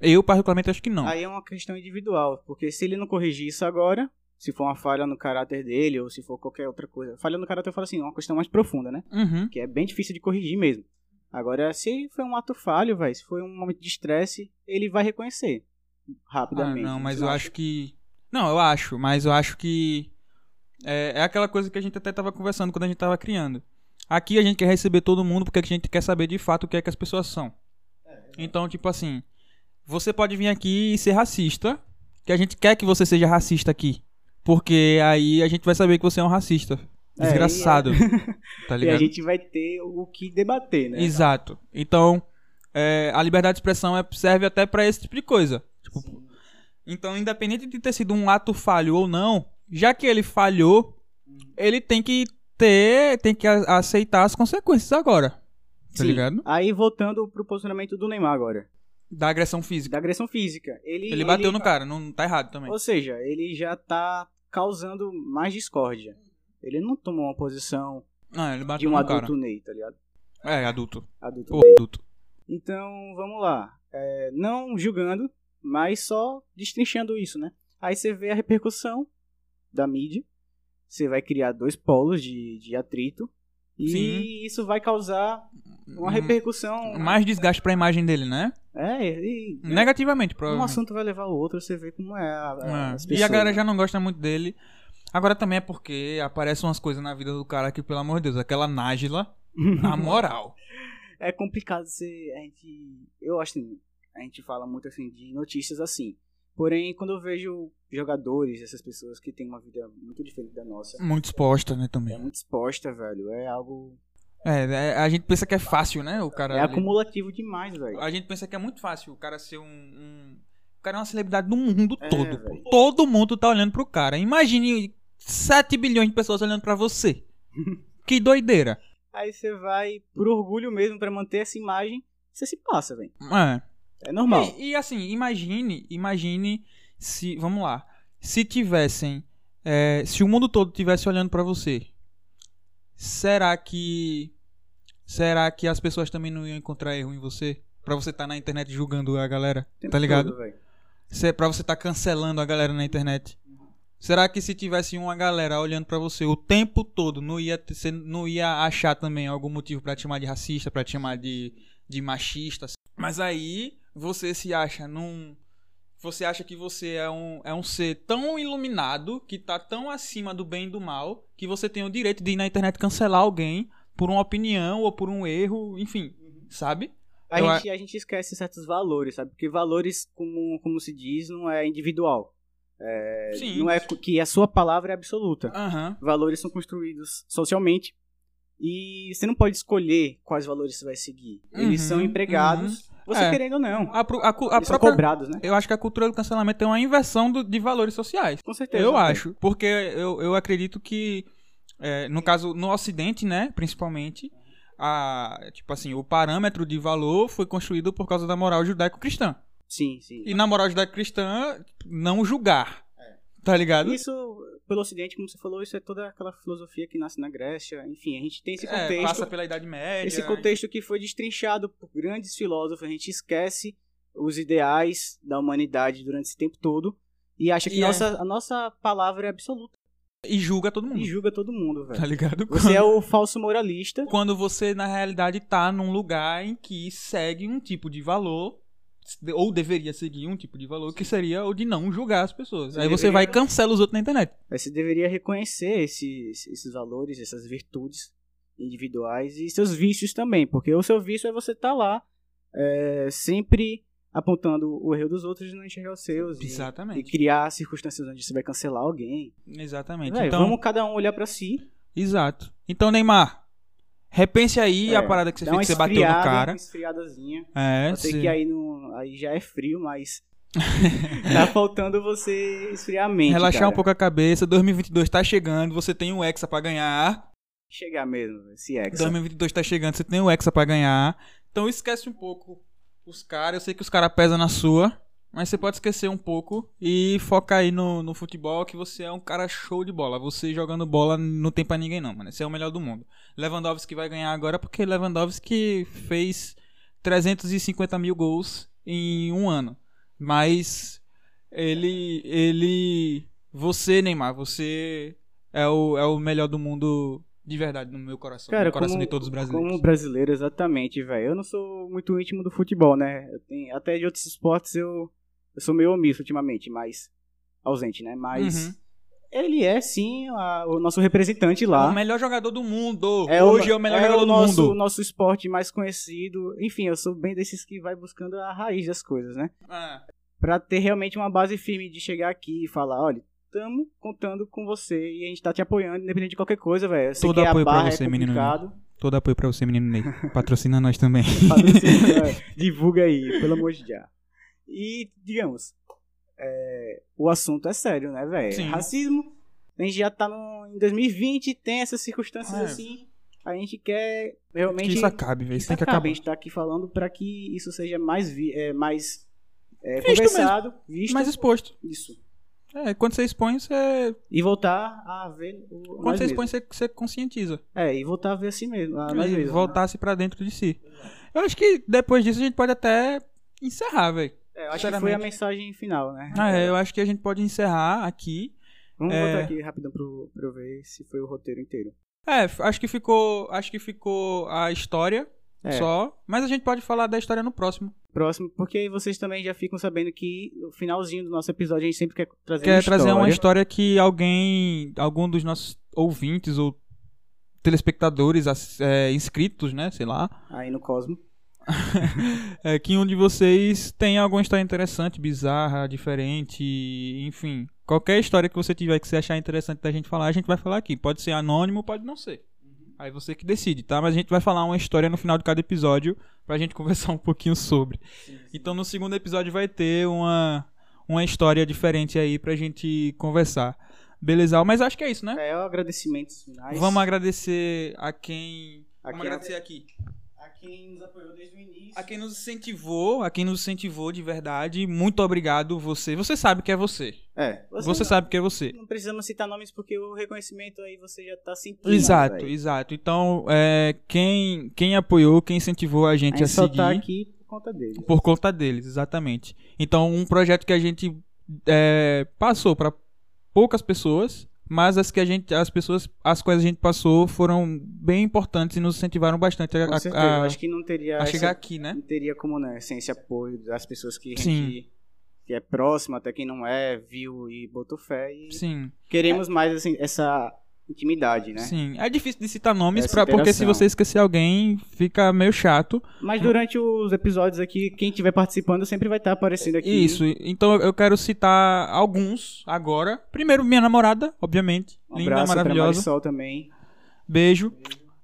B: Eu, particularmente, acho que não.
A: Aí é uma questão individual, porque se ele não corrigir isso agora, se for uma falha no caráter dele ou se for qualquer outra coisa, falha no caráter eu falo assim, é uma questão mais profunda, né?
B: Uhum.
A: Que é bem difícil de corrigir mesmo. Agora, se foi um ato falho, velho, se foi um momento de estresse, ele vai reconhecer
B: Ah,
A: rapidamente.
B: não, mas
A: Você
B: eu
A: acha?
B: acho que. Não, eu acho, mas eu acho que. É, é aquela coisa que a gente até tava conversando quando a gente tava criando. Aqui a gente quer receber todo mundo porque a gente quer saber de fato o que é que as pessoas são. Então, tipo assim, você pode vir aqui e ser racista, que a gente quer que você seja racista aqui. Porque aí a gente vai saber que você é um racista.
A: É, e-
B: [LAUGHS] Desgraçado. Tá
A: E a
B: ligado?
A: gente vai ter o que debater, né?
B: Exato. Então, é, a liberdade de expressão é- serve até pra esse tipo de coisa. Tipo, então, independente de ter sido um ato falho ou não, já que ele falhou,
A: Uhum.
B: ele tem que ter, tem que a- aceitar as consequências agora. Tá
A: Sim.
B: ligado?
A: Aí voltando pro posicionamento do Neymar agora,
B: Da agressão física.
A: da agressão física. Ele,
B: Ele bateu no cara, não tá errado também.
A: Ou seja, ele já tá causando mais discórdia. Ele não tomou uma posição
B: Não, ele
A: de
B: bateu
A: um
B: no cara.
A: adulto Um Ney, tá ligado?
B: É, adulto.
A: Adulto
B: Pô,
A: Ney.
B: adulto.
A: Então, vamos lá. É, não julgando, mas só destrinchando isso, né? Aí você vê a repercussão da mídia. Você vai criar dois polos de, de atrito. E
B: Sim. Hum,
A: isso vai causar uma repercussão.
B: Mais desgaste pra imagem dele, né?
A: É, e,
B: Negativamente,
A: Um
B: provavelmente.
A: assunto vai levar o outro, você vê como é a, a-
B: É.
A: as pessoas.
B: E a galera já não gosta muito dele. Agora também é porque aparecem umas coisas na vida do cara que, pelo amor de Deus, aquela
A: [LAUGHS]
B: Nájila, na moral.
A: É complicado ser. A gente. Eu acho que a gente fala muito assim de notícias assim. Porém, quando eu vejo jogadores, essas pessoas que têm uma vida muito diferente da nossa,
B: Muito exposta, né,
A: é
B: também.
A: muito exposta, velho. É algo.
B: É, é, a gente pensa que é fácil, né, o cara...
A: É
B: ali.
A: acumulativo demais, velho.
B: A gente pensa que é muito fácil o cara ser um... um- O cara é uma celebridade do mundo
A: É,
B: todo, pô.
A: velho.
B: Todo mundo tá olhando pro cara. Imagine 7 bilhões de pessoas olhando pra
A: [LAUGHS]
B: você. que doideira.
A: Aí você vai por orgulho mesmo pra manter essa imagem, você se passa, velho.
B: É.
A: É normal.
B: E, e, assim, imagine, imagine se, vamos lá, se tivessem, é, se o mundo todo tivesse olhando pra você, será que, será que as pessoas também não iam encontrar erro em você? Pra você estar na internet julgando a galera,
A: O tempo
B: tá ligado?
A: todo, velho.
B: Cê- Pra você estar cancelando a galera na internet. Será que se tivesse uma galera olhando pra você o tempo todo, não ia ter- cê não ia achar também algum motivo pra te chamar de racista, pra te chamar de, de machista? Mas aí você se acha num. Você acha que você é um, é um ser tão iluminado, que tá tão acima do bem e do mal, que você tem o direito de ir na internet cancelar alguém por uma opinião ou por um erro, enfim, sabe?
A: A,
B: Eu
A: gente, a gente esquece certos valores, sabe? Porque valores, como, como se diz, não é individual. É,
B: Sim.
A: Não é co- que a sua palavra é absoluta.
B: Aham.
A: Valores são construídos socialmente e você não pode escolher quais valores você vai seguir. Eles
B: Uhum,
A: são empregados, você
B: É.
A: querendo ou não.
B: A, pro- a cu- a
A: Eles são
B: própria-
A: cobrados, né?
B: Eu acho que a cultura do cancelamento tem uma inversão do- de valores sociais.
A: Com certeza.
B: Eu
A: né?
B: acho. Porque eu, eu acredito que, é, no caso, no Ocidente, né, principalmente, a, tipo assim, o parâmetro de valor foi construído por causa da moral judaico-cristã.
A: Sim, sim.
B: E na moralidade cristã, não julgar. Tá ligado?
A: É. Isso, pelo Ocidente, como você falou, isso é toda aquela filosofia que nasce na Grécia. Enfim, a gente tem esse
B: É,
A: contexto.
B: passa pela Idade Média. né?
A: esse contexto que foi destrinchado por grandes filósofos. A gente esquece os ideais da humanidade durante esse tempo todo e acha que
B: E é.
A: nossa, a nossa palavra é absoluta
B: E julga todo mundo.
A: e julga todo mundo, velho.
B: Tá ligado?
A: Você é o falso moralista.
B: quando você na realidade tá num lugar em que segue um tipo de valor ou deveria seguir um tipo de valor que seria o de não julgar as pessoas.
A: Você
B: Aí você vai e
A: deveria-
B: cancela os outros na internet.
A: Aí Você deveria reconhecer esses, esses valores, essas virtudes individuais e seus vícios também, porque o seu vício é você estar lá é, sempre apontando o erro dos outros e não enxergar os seus. e- E
B: Exatamente.
A: criar circunstâncias onde você vai cancelar alguém.
B: Exatamente.
A: Véi,
B: então,
A: Vamos cada um olhar pra si.
B: exato. Então, Neymar, repense aí
A: É,
B: a parada que você
A: dá
B: fez
A: uma
B: que você bateu no
A: esfriada,
B: cara.
A: Uma esfriadazinha.
B: É,
A: Eu sei
B: você-
A: que aí, não, aí já é
B: [LAUGHS]
A: frio, mas tá faltando você esfriar a mente.
B: relaxar
A: cara.
B: um pouco a cabeça. 2022 tá chegando, você tem um Hexa pra ganhar.
A: Chegar mesmo, esse ex.
B: 2022 tá chegando, você tem o Hexa pra ganhar. Então esquece um pouco os caras. Eu sei que os caras pesam na sua, mas você pode esquecer um pouco e foca aí no, no futebol, que você é um cara show de bola. Você jogando bola não tem pra ninguém não, mano. Você é o melhor do mundo. Lewandowski vai ganhar agora porque Lewandowski fez 350 mil gols em um ano. Mas ele. ele. Você, Neymar, você é o, é o melhor do mundo de verdade no meu coração.
A: Cara,
B: no coração
A: como-
B: de todos os brasileiros.
A: Como brasileiro, exatamente, velho. Eu não sou muito íntimo do futebol, né? Eu tenho- até de outros esportes eu, eu sou meio omisso ultimamente, mas. ausente, né? Mas
B: Uhum.
A: ele é sim a- o nosso representante lá.
B: É O melhor jogador do mundo. Hoje é o melhor jogador
A: o nosso,
B: do
A: o [LAUGHS]
B: mundo.
A: nosso esporte mais conhecido. Enfim, eu sou bem desses que vai buscando a raiz das coisas, né?
B: Ah,
A: Pra ter realmente uma base firme de chegar aqui e falar, olha, tamo contando com você e a gente tá te apoiando, independente de qualquer coisa, velho. Eu sei
B: Todo
A: que
B: apoio
A: a
B: pra
A: barra
B: você,
A: é
B: menino.
A: complicado.
B: todo apoio pra você, menino Ney. Patrocina nós
A: [LAUGHS]
B: também.
A: Patrocínio, velho. assim, divulga aí, pelo amor de Deus. E, digamos, é, o assunto é sério, né,
B: Sim.
A: velho? Racismo, a gente já tá no, em 2020, tem essas circunstâncias
B: É.
A: assim, a gente quer
B: Que
A: realmente...
B: isso acabe, velho. Isso tem que
A: acabe.
B: acabar.
A: A gente tá aqui falando pra que isso seja mais, vi- é, mais é,
B: Visto
A: conversado, visto,
B: Mais exposto.
A: isso.
B: É, quando você expõe, você.
A: E voltar a ver o,
B: Quando
A: nós
B: você expõe,
A: mesmos.
B: você, você conscientiza.
A: É, e voltar a ver assim mesmo, a nós
B: e
A: mesmos.
B: voltasse pra dentro de si. Eu acho que depois disso a gente pode até encerrar, velho.
A: É, eu acho que foi a
B: sinceramente.
A: mensagem final, né?
B: Ah, é, eu acho que a gente pode encerrar aqui.
A: Vamos
B: É.
A: voltar aqui rapidão pro, pra eu ver se foi o roteiro inteiro.
B: É, f- acho que ficou, acho que ficou a história
A: É.
B: só, mas a gente pode falar da história no próximo.
A: Próximo, porque aí vocês também já ficam sabendo que no finalzinho do nosso episódio a gente sempre quer trazer
B: Quer
A: uma
B: trazer uma
A: É história.
B: história que alguém, algum dos nossos ouvintes ou telespectadores, ass- é, inscritos, né, sei lá,
A: aí no Cosmo.
B: é, que um de vocês tenha alguma história interessante, bizarra, diferente, enfim. Qualquer história que você tiver que você achar interessante da gente falar, a gente vai falar aqui. Pode ser anônimo, pode não ser.
A: Uhum.
B: Aí você que decide, tá? Mas a gente vai falar uma história no final de cada episódio pra gente [LAUGHS] conversar um pouquinho sobre. Então no segundo episódio vai ter uma, uma história diferente aí pra gente conversar. Beleza? Mas acho que é isso, né?
A: É, agradecimentos finais.
B: Vamos agradecer a quem.
A: a
B: Vamos
A: quem,
B: agradecer aqui.
A: a quem nos apoiou desde o início.
B: A quem nos incentivou, a quem nos incentivou de verdade, muito obrigado você. Você sabe que é você.
A: É,
B: Você,
A: não-
B: sabe que é você.
A: Não precisamos citar nomes porque o reconhecimento aí você já tá sentindo.
B: exato,
A: velho.
B: exato. Então, é, quem, quem apoiou, quem incentivou a
A: A
B: gente a,
A: gente só
B: seguir
A: tá aqui por conta dele.
B: por conta deles, exatamente. Então, um projeto que a gente é, passou para poucas pessoas, mas as que a gente, as pessoas, as quais a gente passou foram bem importantes e nos incentivaram bastante a,
A: Com
B: a-
A: certeza.
B: a-
A: eu acho que não teria.
B: a
A: essa-
B: chegar aqui, né?
A: Não teria como, né? Sem esse apoio das pessoas que a
B: Sim.
A: gente. Que é próximo, até quem não é, viu e botou fé. E
B: Sim.
A: queremos mais assim, essa intimidade, né?
B: Sim, é difícil de citar nomes,
A: Essa
B: pra, porque se
A: interação.
B: você esquecer alguém, fica meio chato.
A: Mas durante os episódios aqui, quem estiver participando sempre vai estar aparecendo aqui.
B: Isso, então eu quero citar alguns agora. Primeiro, minha namorada, obviamente.
A: Um
B: linda,
A: abraço pra
B: maravilhosa.
A: Marisol também.
B: Beijo.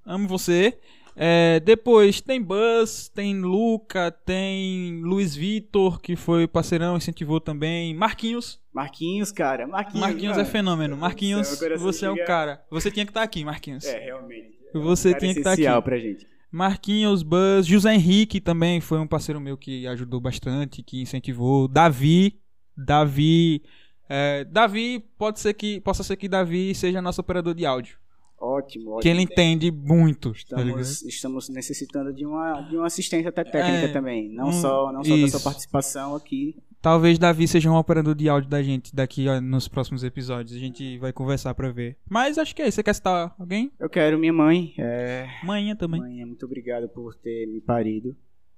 B: Amo você. É, depois tem Buzz, tem Luca, tem Luiz Vitor, que foi parceirão, incentivou também. Marquinhos.
A: Marquinhos, cara. Marquinhos.
B: Marquinhos é
A: mano.
B: fenômeno. Marquinhos,
A: Meu coração
B: você é o
A: chega-
B: cara. Você tinha que estar aqui, Marquinhos.
A: assim É, realmente.
B: Você
A: Cara
B: tinha que estar aqui.
A: essencial pra gente.
B: Marquinhos, Buzz, José Henrique também foi um parceiro meu que ajudou bastante, que incentivou. Davi, Davi, é, Davi pode ser que possa ser que Davi seja nosso operador de áudio,
A: Ótimo, ótimo.
B: que ele entende muito. tá ligado?
A: Estamos, estamos necessitando de uma, de uma assistência até técnica
B: É,
A: também. Não
B: hum,
A: só, não só da
B: isso.
A: sua participação aqui.
B: Talvez Davi seja um operador de áudio da gente daqui ó, nos próximos episódios. A gente vai conversar pra ver. Mas acho que é isso. Você quer citar alguém?
A: Eu quero minha mãe. É,
B: Manhã também.
A: Mãe, muito obrigado por ter me parido.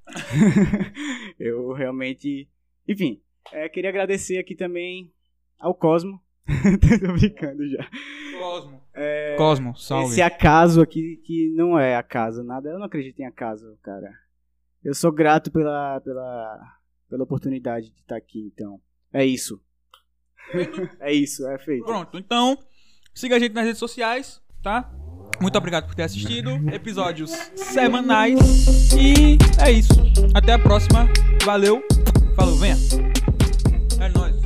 A: [LAUGHS] eu realmente. Enfim, é, queria agradecer aqui também ao Cosmo. [LAUGHS] Tô brincando já.
B: Cosmo. Cosmo, salve.
A: É, Esse acaso aqui que não é acaso, nada. Eu não acredito em acaso, cara. Eu sou grato pela, pela, pela oportunidade de estar aqui, então. É isso. é isso, é feito.
B: Pronto, então siga a gente nas redes sociais, tá? Muito obrigado por ter assistido. Episódios semanais. E é isso. Até a próxima. Valeu. Falou, venha. É nóis.